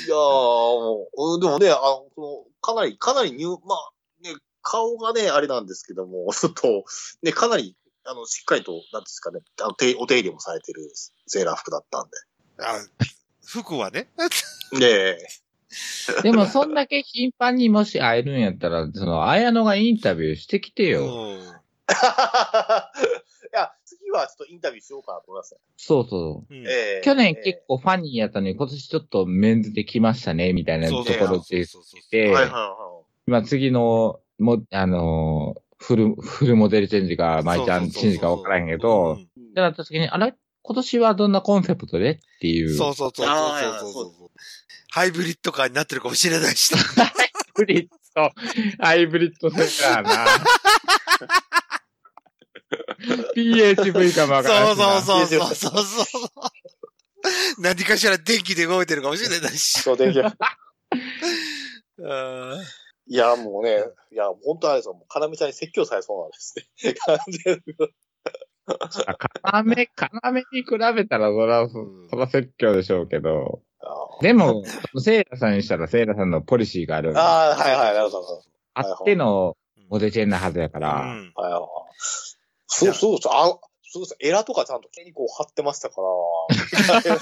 [SPEAKER 3] やー、もう、うんでもね、あの、この、かなり、かなり入、まあ、ね、顔がね、あれなんですけども、ちょっと、ね、かなり、あの、しっかりと、なんですかね、あの、手お手入れもされてるセーラー服だったん
[SPEAKER 1] あ、服はね。
[SPEAKER 3] で。ね
[SPEAKER 2] でもそんだけ頻繁にもし会えるんやったら、その、綾野がインタビューしてきて
[SPEAKER 1] う
[SPEAKER 2] よ。
[SPEAKER 1] ん。
[SPEAKER 3] え。いや、次はちょっとインタビューしようかなと思いますね。
[SPEAKER 2] そうそう。
[SPEAKER 1] うん
[SPEAKER 3] ええ
[SPEAKER 2] 去年
[SPEAKER 3] ええ
[SPEAKER 2] 結構ファニーやったのに、今年ちょっとメンズで来ましたね、みたいなと
[SPEAKER 1] そうそう
[SPEAKER 2] ころで、
[SPEAKER 1] そうそうそう
[SPEAKER 2] て
[SPEAKER 3] はいはいは
[SPEAKER 2] 今次の、も、あのーフル、フルモデルチェンジか、マイちゃんチェンジか分からへんけど、っ
[SPEAKER 3] い。
[SPEAKER 2] てなった時に、あれ今年はどんなコンセプトでってい
[SPEAKER 1] うん
[SPEAKER 2] う。
[SPEAKER 1] そうそうそうそう
[SPEAKER 3] あー
[SPEAKER 1] そうそうそう。ハイブリッドカーになってるかもしれないし。
[SPEAKER 2] ハイブリッド、ハイブリッドセラ ーな。PHV かも
[SPEAKER 1] そ
[SPEAKER 2] わからん
[SPEAKER 1] う
[SPEAKER 2] しな。
[SPEAKER 1] そうそうそうそうそう。何かしら電気で動いてるかもしれないし。
[SPEAKER 3] そうできる
[SPEAKER 1] うん
[SPEAKER 3] いや、もうね、いや、本当あれですよ、もう、カナメちゃんに説教されそうなんですね。完全に
[SPEAKER 2] あ要、要に比べたら、そら、そら説教でしょうけど。
[SPEAKER 3] あ
[SPEAKER 2] でも、セイラさんにしたら、セイラさんのポリシーがある。あ
[SPEAKER 3] あー、はいはい、なるほどなる
[SPEAKER 2] っ
[SPEAKER 3] ほど。
[SPEAKER 2] てのモデチェンなはずやか
[SPEAKER 1] う
[SPEAKER 2] ら。
[SPEAKER 1] ん
[SPEAKER 3] はいはいはい。そうそうそう。あ、そうです。エラとかちゃんと毛にこう貼ってましたから。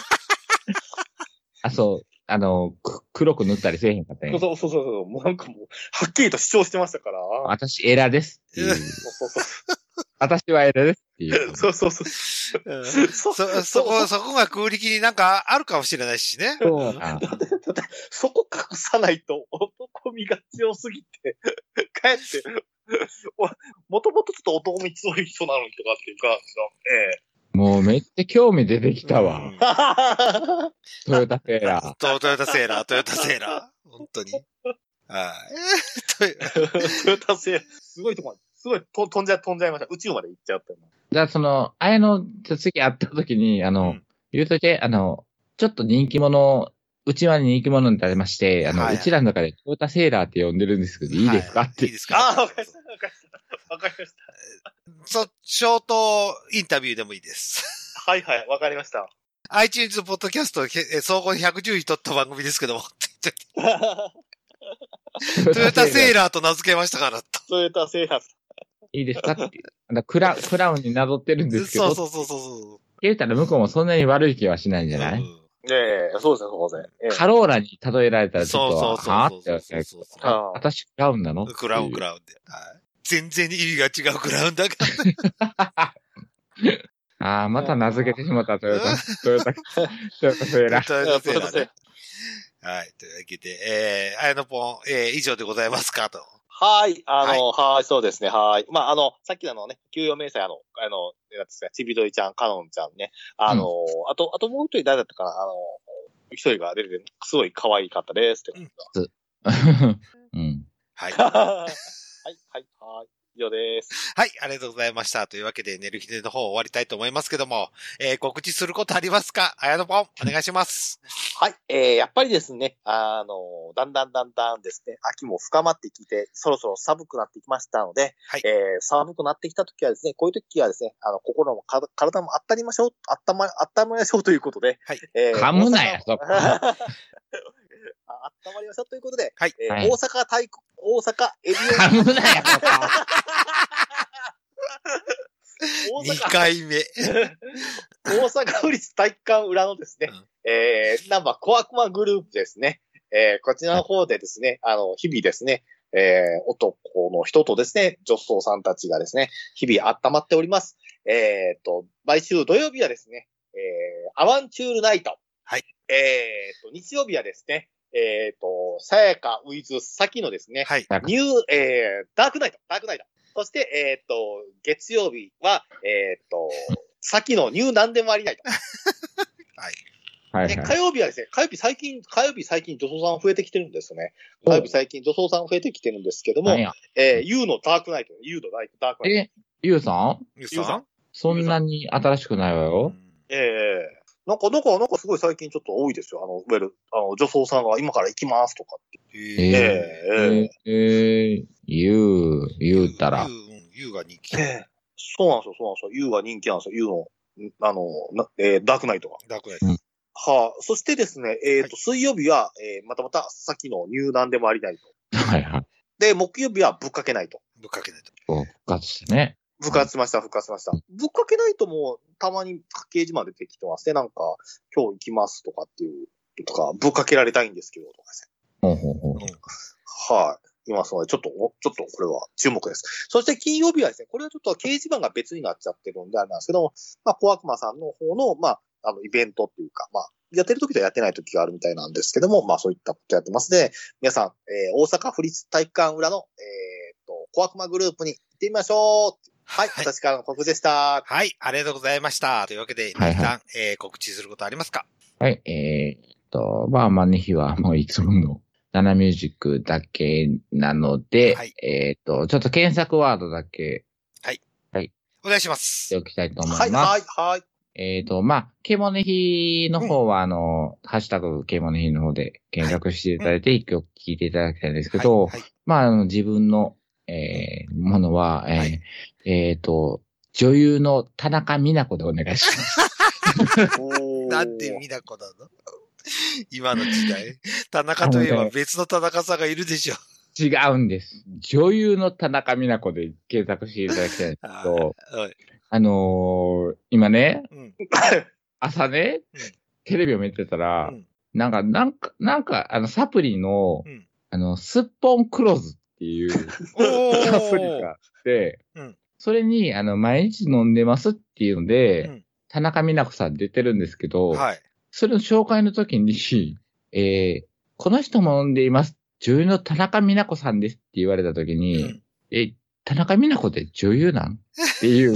[SPEAKER 2] あ、そう、あの、く黒く塗ったりせえへんかったんや
[SPEAKER 3] そうそうそうそう。もうなんかもう、はっきりと主張してましたから。
[SPEAKER 2] 私、エラですってい う。
[SPEAKER 3] そうそう
[SPEAKER 2] 私はエラですっていう。
[SPEAKER 3] そう。そうそう
[SPEAKER 1] うん
[SPEAKER 3] そう。
[SPEAKER 1] そ、そこ、そこが空力になんかあるかもしれないしね。
[SPEAKER 2] そうな。
[SPEAKER 3] そこ隠さないと男味が強すぎて、 かえって、おもともとちょっと男味強い人なのにとかっていう感
[SPEAKER 2] もうめっちゃ興味出てきたわ。
[SPEAKER 1] うん
[SPEAKER 3] じの、え
[SPEAKER 2] トヨ
[SPEAKER 3] え。
[SPEAKER 2] タセーラー。
[SPEAKER 1] トトヨタセーラー、トヨタセーラー。本当に。はい。という
[SPEAKER 3] トヨタ製、すごいとこまで、すごいと飛んじゃ、飛んじゃい ました。宇宙まで行っちゃったよ。
[SPEAKER 2] じゃあ、その、あやの、じゃあ次会った時に、あの、
[SPEAKER 1] うん
[SPEAKER 2] 言うといて、あの、ちょっと人気者うちは人気者になりまして、あの、
[SPEAKER 1] はいう
[SPEAKER 2] ちらの中でトヨタセーラーって呼んでるんですけど、いいですか、
[SPEAKER 1] は
[SPEAKER 2] って
[SPEAKER 1] いいですか
[SPEAKER 3] ああ、わかりました。わかりました。わかりまし
[SPEAKER 1] そ、ショートインタビューでもいいです。
[SPEAKER 3] た。はいはい、わかりま した。
[SPEAKER 1] iTunes ポッドキャスト、え総合110位取った番組ですけども、トヨタセー
[SPEAKER 2] ラー。
[SPEAKER 1] ラーと名付けましたからと。
[SPEAKER 3] トヨタ制覇。
[SPEAKER 2] いいですかって。あのクラ、クラウンになぞってるんですけど、
[SPEAKER 1] そう
[SPEAKER 2] って
[SPEAKER 1] そうそうそうそ
[SPEAKER 2] 言ったら向こうもそんなに悪い気はしないん
[SPEAKER 1] う。
[SPEAKER 2] じゃない、
[SPEAKER 1] うん
[SPEAKER 3] ええそうですね、そうですね。
[SPEAKER 2] カローラに例えられたらちょっと、
[SPEAKER 1] そうそうそうそう
[SPEAKER 2] はぁってわ
[SPEAKER 1] そう
[SPEAKER 2] け
[SPEAKER 1] そうそう
[SPEAKER 2] あ私クラウンなの
[SPEAKER 1] クラウンク
[SPEAKER 2] ラ
[SPEAKER 1] ラウンで。はい全然意味が違うクラウンだから。
[SPEAKER 2] ウン。ああ、また名付けてしまった、トヨタ、トヨタ、トヨタセーラー。
[SPEAKER 1] トヨタセーラー
[SPEAKER 3] そうですね
[SPEAKER 1] ねはい。というわけで、えー、あやのぽん、えー、以上でございますかと。
[SPEAKER 3] はい、あの、はい、そうですね、はい。まあ、あの、さっきのあのね、給与明細、あの、あの、なんですか、ちびどりちゃん、かのんちゃんね、あの、あと、あともう一人誰だったかな、あの、一人が出てて、すごい可愛かったです ってこと
[SPEAKER 2] うん。
[SPEAKER 1] はい。
[SPEAKER 3] だはい、はい、はい、以上です。
[SPEAKER 1] はい。ありがとうございました。というわけで、寝る日での方終わりたいと思いますけども、えー、告知することありますかあやのぽん、お願いします。
[SPEAKER 3] はい、えー、やっぱりですね、あの、だんだんだんだんですね、秋も深まってきて、そろそろ寒くなってきましたので、
[SPEAKER 1] はい
[SPEAKER 3] えー、寒くなってきた時はですね、こういう時はですね、あの、心もか体も温めましょう、温ま、温めましょうということで、
[SPEAKER 1] はい
[SPEAKER 3] え
[SPEAKER 2] 噛むなや
[SPEAKER 3] 大
[SPEAKER 2] そ
[SPEAKER 3] 阪
[SPEAKER 2] こ
[SPEAKER 3] あ温まりましょうということで、
[SPEAKER 1] はい
[SPEAKER 3] えー
[SPEAKER 2] はい
[SPEAKER 3] 大阪体育、大阪エリ
[SPEAKER 2] 噛むなや、そこ
[SPEAKER 3] オ、大
[SPEAKER 1] 2
[SPEAKER 3] 阪、
[SPEAKER 1] 回目。
[SPEAKER 3] 大阪府立体育館裏のですね、
[SPEAKER 1] うん
[SPEAKER 3] えー、ナンバーコアコアグループですね。えー、こちらの方でですね、あの、日々ですね、えー、男の人とですね、女装さんたちがですね、日々温まっております。えー、と、毎週土曜日はですね、えー、アワンチュールナイト。
[SPEAKER 1] はい。
[SPEAKER 3] えー、と、日曜日はですね、えー、と、さやかウィズさきのですね、
[SPEAKER 1] はい。
[SPEAKER 2] なんか
[SPEAKER 3] ニュー、えー、ダークナイト、ダークナイト。そして、えっ、と、月曜日は、えっ、と、先のニューなんでもありないと。
[SPEAKER 1] はい。
[SPEAKER 2] はい
[SPEAKER 3] で、
[SPEAKER 2] は
[SPEAKER 3] 火
[SPEAKER 2] い。
[SPEAKER 3] 曜日はですね、火曜日最近、火曜日最近女装さん増えてきてるんですよね。
[SPEAKER 2] おう
[SPEAKER 3] 火曜日最近女装さん増えてきてるんですけども、
[SPEAKER 2] 何や
[SPEAKER 3] えー、ユーのダークナイト、ユーのダークダークナイ
[SPEAKER 2] え、ゆうさん
[SPEAKER 1] ゆう
[SPEAKER 3] ゆうさ
[SPEAKER 1] さん
[SPEAKER 3] ん
[SPEAKER 2] そんなに新しくないわ
[SPEAKER 1] う
[SPEAKER 2] よ。
[SPEAKER 1] ん
[SPEAKER 3] ト。ええなんか、なんか、なんかすごい最近ちょっと多いですよ。あの、いわゆる、あの、女装さんが今から行きますとかって。
[SPEAKER 1] え
[SPEAKER 3] え
[SPEAKER 1] え
[SPEAKER 3] えええ
[SPEAKER 2] えー、えー、ゆう、ゆうたら
[SPEAKER 1] ゆ。ううんゆうが人気。
[SPEAKER 3] ええそうなんですよ、そうなんですよ。ユーが人気なんですよ。ユーの、あの、なえーダークナイトが。
[SPEAKER 1] ダークナイ
[SPEAKER 3] はあ、そしてですね、えっ、
[SPEAKER 1] はい
[SPEAKER 3] と、水曜日は、えーまたまた、さっきの入団でもありないと。
[SPEAKER 2] はいはい。
[SPEAKER 3] で、木曜日はぶっかけないと。
[SPEAKER 1] トぶっかけないと。
[SPEAKER 2] こう復活してね。
[SPEAKER 3] 復活しました、復活しました。ぶっかけないともう、たまにパッケージまで出てきてますね。なんか、今日行きますとかっていう、とか、ぶっかけられたいんですけど、とかですね。
[SPEAKER 2] ほうほうほう。
[SPEAKER 3] はい、いますので、ちょっと、おちょっとこれは注目です。そして金曜日はですね、これはちょっと掲示板が別になっちゃってるんであれなんですけども、まあ、小悪魔さんの方の、まあ、あの、イベントっていうか、まあ、やってる時とやってない時があるみたいなんですけども、まあそういったことやってますで、皆さん、えー大阪府立体育館裏の、えーっと、小悪魔グループに行ってみましょうはい、
[SPEAKER 1] はい
[SPEAKER 3] 私からの告知でした。
[SPEAKER 1] はい、ありがとうございました。というわけで、皆
[SPEAKER 2] はいはい
[SPEAKER 1] さん、えー告知することありますか
[SPEAKER 2] はい、えーっと、まあ、マネヒはもういつもの、ナナミュージックだけなので、
[SPEAKER 1] はい
[SPEAKER 2] えーっと、ちょっと検索ワードだけ
[SPEAKER 1] お願いしま
[SPEAKER 2] し
[SPEAKER 1] す
[SPEAKER 2] て。おきたいと思います。
[SPEAKER 3] はい、はい、はい。
[SPEAKER 2] えっ、と、まあ、ケモネヒの方は、あの、ハッシュタグケモネヒの方で検索していただいて、一曲聴いていただきたいんですけど、
[SPEAKER 1] はいはい
[SPEAKER 2] まあ、あの、自分の、えー、ものは、えー
[SPEAKER 1] はい
[SPEAKER 2] えーと、女優の田中美奈子でお願いします。
[SPEAKER 3] おー
[SPEAKER 1] なん でみなこなの 今の時 代。田中といえば別の田中さんがいるでしょ。
[SPEAKER 2] 違うんです。女優の田中美奈子で検索していただきたいんですけど、
[SPEAKER 1] はい
[SPEAKER 2] あのー今ね、
[SPEAKER 1] うん。
[SPEAKER 2] 朝ね
[SPEAKER 1] うん、
[SPEAKER 2] テレビを見てたら、
[SPEAKER 1] うん
[SPEAKER 2] なんか、なんか、なんか、あの、サプリの、
[SPEAKER 1] うん
[SPEAKER 2] あの、スッポンクローズっていうサ
[SPEAKER 1] お
[SPEAKER 2] プリがあって、
[SPEAKER 1] うん
[SPEAKER 2] それに、あの、毎日飲んでますっていうので、
[SPEAKER 1] うん
[SPEAKER 2] 田中美奈子さん出てるんですけど、
[SPEAKER 1] ーはい。
[SPEAKER 2] それの紹介の時に、えーこの人も飲んでいます。女優の田中美奈子さんですって言われた時に、
[SPEAKER 1] うん
[SPEAKER 2] え、田中美奈子って女優なんって いう。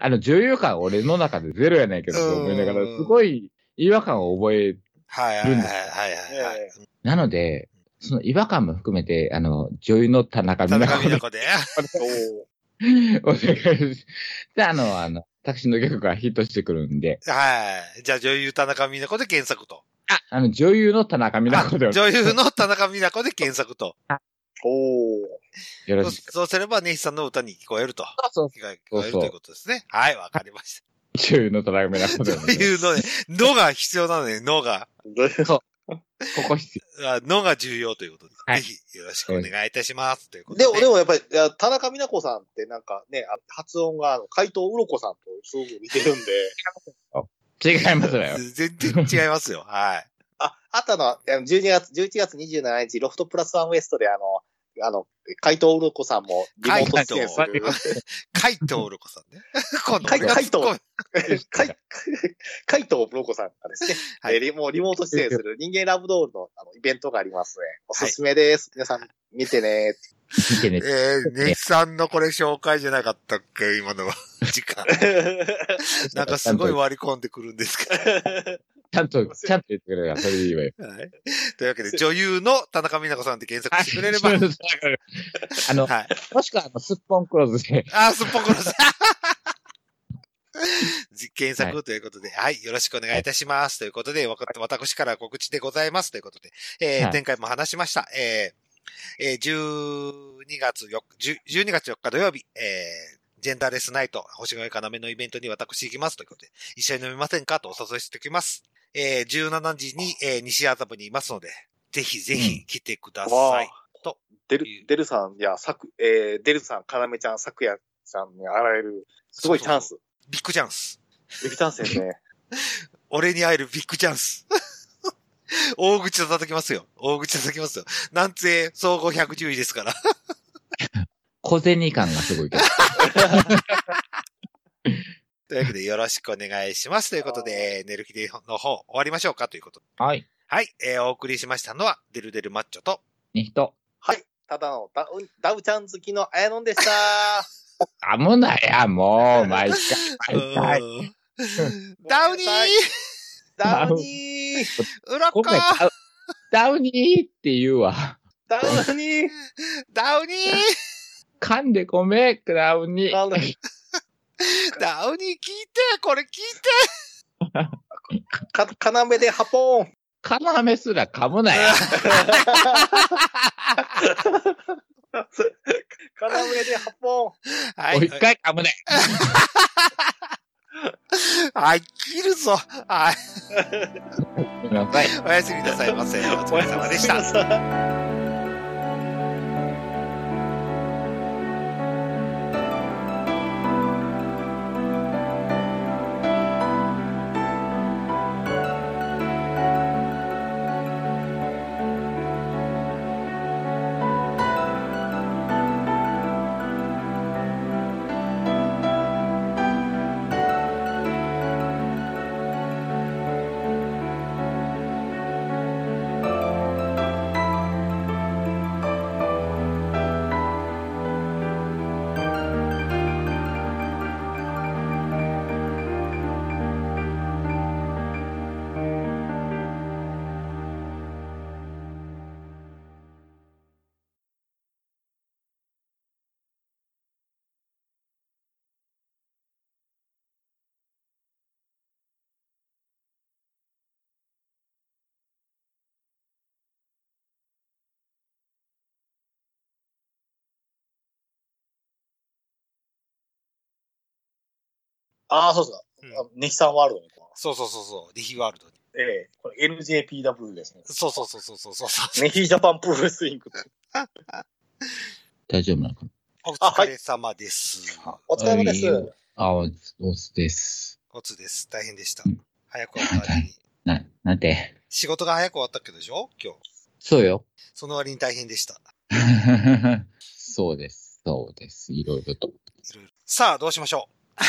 [SPEAKER 2] あの、女優感俺の中でゼロやないけど、と思いながら、
[SPEAKER 1] うん
[SPEAKER 2] すごい違和感を覚え、
[SPEAKER 1] はいはいはいはいはい。
[SPEAKER 3] え
[SPEAKER 2] なので、その違和感も含めて、あの、女優の田中美
[SPEAKER 1] 田中
[SPEAKER 2] 奈
[SPEAKER 1] み
[SPEAKER 2] 子
[SPEAKER 1] な
[SPEAKER 2] で
[SPEAKER 1] こで。
[SPEAKER 3] ーおー
[SPEAKER 2] お願いしで、あの、あの、私の曲がヒットしてくるんで、
[SPEAKER 1] はい。じゃあ女優田中みなこで検索と。
[SPEAKER 2] あの、女優の田中美奈子で
[SPEAKER 1] あ女優の田中美奈子で検索と。
[SPEAKER 3] おー。
[SPEAKER 2] よ
[SPEAKER 1] そ
[SPEAKER 2] ろ
[SPEAKER 1] う
[SPEAKER 2] しく。
[SPEAKER 1] そうすれば、ネヒさんの歌に聞こえると。
[SPEAKER 2] そう
[SPEAKER 1] 聞こえる
[SPEAKER 2] そうそう
[SPEAKER 1] ということですね。はい、わかりまし
[SPEAKER 2] 女優の田中美奈子で
[SPEAKER 1] た。
[SPEAKER 2] お願
[SPEAKER 1] と
[SPEAKER 2] いし
[SPEAKER 1] いうので、のが必要なので、のが、
[SPEAKER 3] どういう
[SPEAKER 2] ますここ必
[SPEAKER 1] あのが重要ということで、
[SPEAKER 2] はい
[SPEAKER 1] ぜひよろしくお願いいたします。ということ
[SPEAKER 3] で
[SPEAKER 1] で。
[SPEAKER 3] も、でもやっぱり、いや田中美奈子さんってなんかね、あの発音が、あの、怪盗うろこさんとすごく似てる んで、
[SPEAKER 2] 要。違いますよ。
[SPEAKER 1] 全然違いますよ。はい。
[SPEAKER 3] あ、あとあの、あの12月、11月27日、ロフトプラスワンウエストで、あの、あの、怪盗うろこさんもリモート出演する。
[SPEAKER 1] 海藤うろこさんね。今度俺が
[SPEAKER 3] 海藤
[SPEAKER 1] 突っ込む
[SPEAKER 3] 怪怪盗うろこさんがですね、
[SPEAKER 1] はい
[SPEAKER 3] えーリもうリモート出演する人間ラブドールのあのイベントがありますね。おすすめです。皆さん見 てね。
[SPEAKER 2] 見てね。
[SPEAKER 1] えー、ネヒさんのこれ紹介じゃなかったっけ今のは。時間。なんかすごい割り込んでくるんですけ
[SPEAKER 2] ちゃんと、ちゃんと言ってくれれば、それでいいわよ。
[SPEAKER 1] ど。はい。というわけで、女優の田中美奈子さんで検索してくれれば。
[SPEAKER 2] 女優
[SPEAKER 1] は
[SPEAKER 2] の田中美奈子あの、
[SPEAKER 1] い。
[SPEAKER 2] もしくは、あの、すっぽんクローズで。
[SPEAKER 1] あー、すっぽんころさん。実験作ということで、はい、よろしくお願いいたします。ということで、わかった私から告知でございます。ということで、えー
[SPEAKER 2] はい
[SPEAKER 1] 前回も話しました。えーえー12月4日、10 12月4日土曜日、えージェンダーレスナイト、星越かなめのイベントに私行きますということで、一緒に飲みませんかとお誘いしておきます。えー17時に、えー西麻布にいますので、ぜひぜひ来てください。と
[SPEAKER 3] デル、デルさんや、さく、えー、デルさん、かなめちゃん、さくやさんにあられる、すごいチャンス。
[SPEAKER 1] ビッグチャンス。
[SPEAKER 3] ビビチャンスですね。
[SPEAKER 1] 俺に会えるビッグチャンス。 大口叩きますよ。大口叩きますよ。なんつ総合110位です から。
[SPEAKER 2] 小銭感がすごいけど。
[SPEAKER 1] というわけでよろしくお願いします。ということで、寝る日での方終わりましょうかということで。
[SPEAKER 2] はい。
[SPEAKER 1] はい、えーお送りしましたのは、デルデルマッチョと、
[SPEAKER 2] に人。
[SPEAKER 3] はい。ただのダウン、ダウちゃん好きのあやのんでした。
[SPEAKER 2] あむなや、もう、毎回、毎回。
[SPEAKER 1] うーん ダウニー
[SPEAKER 3] ダウニー
[SPEAKER 1] うろこ
[SPEAKER 2] 今回ダウ、ダウニーって言うわ。
[SPEAKER 3] ダウニー
[SPEAKER 1] ダウニ ー
[SPEAKER 2] 噛んでごめん、ダウニー。
[SPEAKER 3] なんだ
[SPEAKER 1] ダウニー聞いてこれ聞いて
[SPEAKER 3] か、かなめでハポー ン
[SPEAKER 2] カナメすら噛むなや。
[SPEAKER 3] かなめでハポーン
[SPEAKER 1] は
[SPEAKER 2] もう
[SPEAKER 1] い
[SPEAKER 2] 一。回噛むなや。
[SPEAKER 1] はい、切るぞ。はい。
[SPEAKER 2] ごめんなさい。
[SPEAKER 1] おやすみなさいませ。お疲れ様でした。
[SPEAKER 3] ああ、そうそううんあのネヒさんワールドの子。
[SPEAKER 1] そうそうそうそう。リヒワールドに。
[SPEAKER 3] ええ、これ LJPW ですね。
[SPEAKER 1] そうそうそうそうそうそうそう。
[SPEAKER 3] ネヒジャパンプロレスリ ング。
[SPEAKER 2] 大丈夫なのかな
[SPEAKER 1] お疲れ様です。
[SPEAKER 3] お疲れ様です。
[SPEAKER 2] はいあ、お、おすです。
[SPEAKER 1] おつです。大変でした
[SPEAKER 2] うん。
[SPEAKER 1] 早く終わった割に。
[SPEAKER 2] な、なんて。
[SPEAKER 1] 仕事が早く終わったけどでしょ今日。
[SPEAKER 2] そうよ。
[SPEAKER 1] その割に大変でした。
[SPEAKER 2] そうです。そうです。いろいろと。
[SPEAKER 1] いろいろさあ、どうしましょ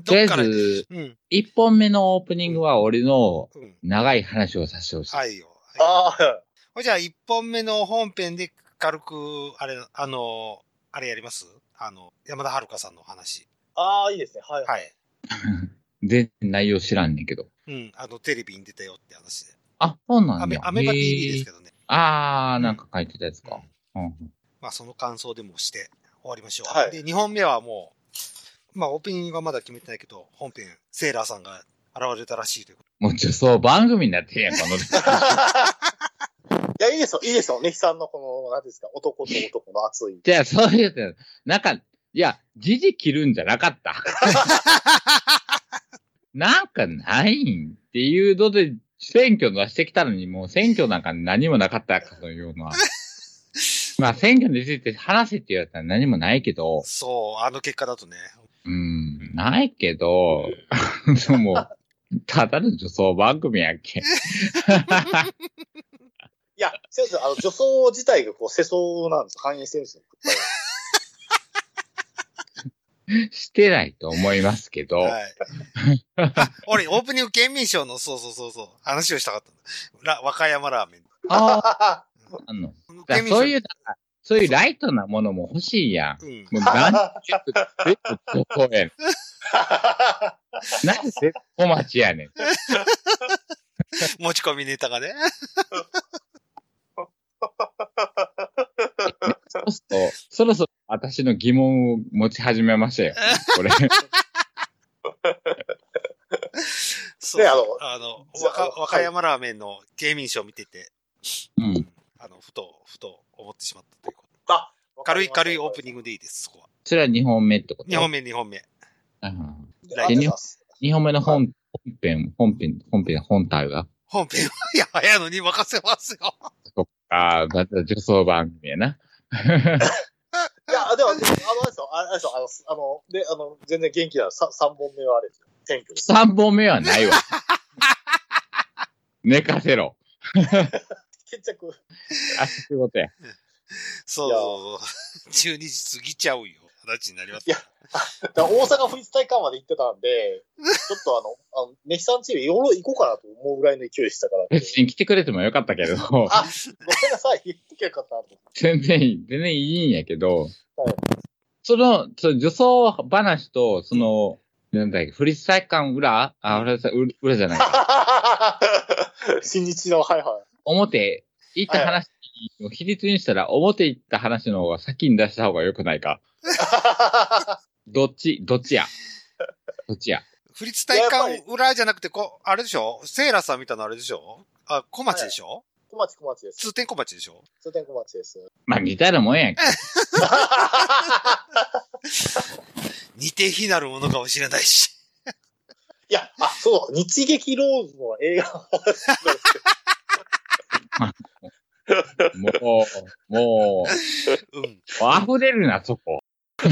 [SPEAKER 1] う。
[SPEAKER 2] とり
[SPEAKER 1] ど
[SPEAKER 2] あえ
[SPEAKER 1] っから、うん。
[SPEAKER 2] ず、
[SPEAKER 1] うん。
[SPEAKER 2] 一本目のオープニングは俺の
[SPEAKER 1] うん。
[SPEAKER 2] 長い話をさせてほしい。
[SPEAKER 1] はいよ。はい
[SPEAKER 3] ああ、
[SPEAKER 1] ほいじゃあ、一本目の本編で軽く、あれ、あの、あれやりますあの、山田遥さんの話。
[SPEAKER 3] ああ、いいですね。はい。
[SPEAKER 1] はい。
[SPEAKER 2] 全然内容知らんねんけど。
[SPEAKER 1] うん。あの、テレビに出たよって話で。
[SPEAKER 2] あ、そうな
[SPEAKER 1] ア
[SPEAKER 2] ん
[SPEAKER 1] メ
[SPEAKER 2] だ。
[SPEAKER 1] アメバ TV です
[SPEAKER 2] け
[SPEAKER 1] けどね。
[SPEAKER 2] ど。あー、なんか書いてたやつか。うん
[SPEAKER 1] まあ、その感想でもして終わりましょう。
[SPEAKER 3] はい
[SPEAKER 1] で、2本目はもう、まあ、オープニングはまだ決めてないけど、本編、セーラーさんが現れたらしいというこ
[SPEAKER 2] もう女装番組になってんやん、この。
[SPEAKER 3] いや、いいですよ、いいですよ。ねひさんのこの、何ですか、男と男の熱 い。
[SPEAKER 2] じゃあ、そういうの、なんか、いや、時事切るんじゃなかった。 なんかないんっていうので、選挙出してきたのに、もう選挙なんか何もなかったかとい うのは。まあ、選挙について話せって言われたら何もないけど
[SPEAKER 1] と。、そう、あの結果だとね。
[SPEAKER 2] うん、ないけど、でも、ただの女装番組やっけ。
[SPEAKER 3] いや、先生、あの、女装自体がこう、世相なんですよ。反映してるんですよ。
[SPEAKER 2] してないと思いますけど、
[SPEAKER 1] はい。あ、俺、オープニング県民賞の、そうそうそうそう、話をしたかったんだ。ら和歌山ラーメン。
[SPEAKER 2] ああの、だか
[SPEAKER 1] 県
[SPEAKER 2] ら
[SPEAKER 1] 民賞
[SPEAKER 2] そういう、だからそういうライトなものも欲しいや
[SPEAKER 1] う
[SPEAKER 2] ん。
[SPEAKER 1] ん。
[SPEAKER 2] もうなんで全部、全部ここやねん。なんで全部小町やねん。
[SPEAKER 1] 持ち込みネタがね。
[SPEAKER 2] そうすると、そろそろ私の疑問を持ち始めましたよ。こ れ。
[SPEAKER 1] そう。
[SPEAKER 3] ねあ
[SPEAKER 1] あの、和歌和歌山ラーメンの県民賞を見てて、
[SPEAKER 2] うん。
[SPEAKER 1] あの、ふと、ふと思ってしまったということ。軽
[SPEAKER 3] 軽
[SPEAKER 1] い軽いオープ
[SPEAKER 3] ン
[SPEAKER 1] ニングでいいです、そこは。
[SPEAKER 2] それは2本目ってこと
[SPEAKER 1] 2本目、2本目。
[SPEAKER 2] うん
[SPEAKER 3] グ
[SPEAKER 1] ライ
[SPEAKER 2] ト二本目の本、本編、本編、本編、本体は
[SPEAKER 1] 本編は、いや、早いのに任せますよ。
[SPEAKER 2] ああ、また女装番組やな。
[SPEAKER 3] いや、でも、あの、あれですよ、あれですよ、あのす、あの、で、あの、全然元気なの、さ三本目はあれですよ、選挙です。
[SPEAKER 2] 3本目はないわ。寝かせろ。
[SPEAKER 3] 決着。
[SPEAKER 2] あ、そういうことや。
[SPEAKER 1] そうそうそう。12時過ぎちゃうよ。形になります。
[SPEAKER 3] いやだから大阪府立体館まで行ってたんで、ちょっとあの、あの、ネヒさんチーム、よろ行こうかなと思うぐらいの勢いでしたから。ごめん
[SPEAKER 2] 別に来てくれてもよかったけど、
[SPEAKER 3] なさい、言ってきゃよかったなと思って。
[SPEAKER 2] 全然いい、全然いいんやけど
[SPEAKER 3] はい、
[SPEAKER 2] その、その女装話と、その、なんだっけ、フリスタイ感裏あ、裏じゃ、裏じゃないか。
[SPEAKER 3] 新日の、はいはい。
[SPEAKER 2] 表行った話を比率にしたら、表行った話の方が先に出した方が良くないか。どっち、どっちや。どっちや。
[SPEAKER 1] 不立体感裏じゃなくて、こ、あれでしょセイラさんみたいなあれでしょあ、小町でしょ、
[SPEAKER 3] 小町小町です。
[SPEAKER 1] 通天小町でしょ
[SPEAKER 3] 通天小町です。
[SPEAKER 2] まあ、似たようなもんやんけ。
[SPEAKER 1] 似て非なるものかもしれない し。
[SPEAKER 3] いや、あ、そう、日劇ローズの映画の話なんですけど
[SPEAKER 2] もう、も
[SPEAKER 1] うん。
[SPEAKER 2] う、溢れるな、そこ。
[SPEAKER 3] た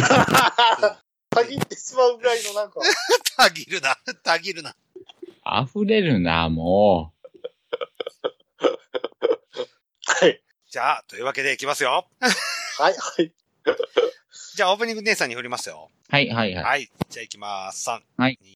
[SPEAKER 3] ぎってしまうぐらいのなんか、
[SPEAKER 1] たぎるな。たぎるな。
[SPEAKER 2] 溢れるな、も
[SPEAKER 3] はい、
[SPEAKER 1] じゃあ、というわけでいきますよ。
[SPEAKER 3] はい、はい。
[SPEAKER 1] じゃあ、オープニング姉さんに振りますよ。
[SPEAKER 2] う。はい、はい、はい。
[SPEAKER 1] はい。じゃあ、いきます。3、
[SPEAKER 2] はい
[SPEAKER 1] 2、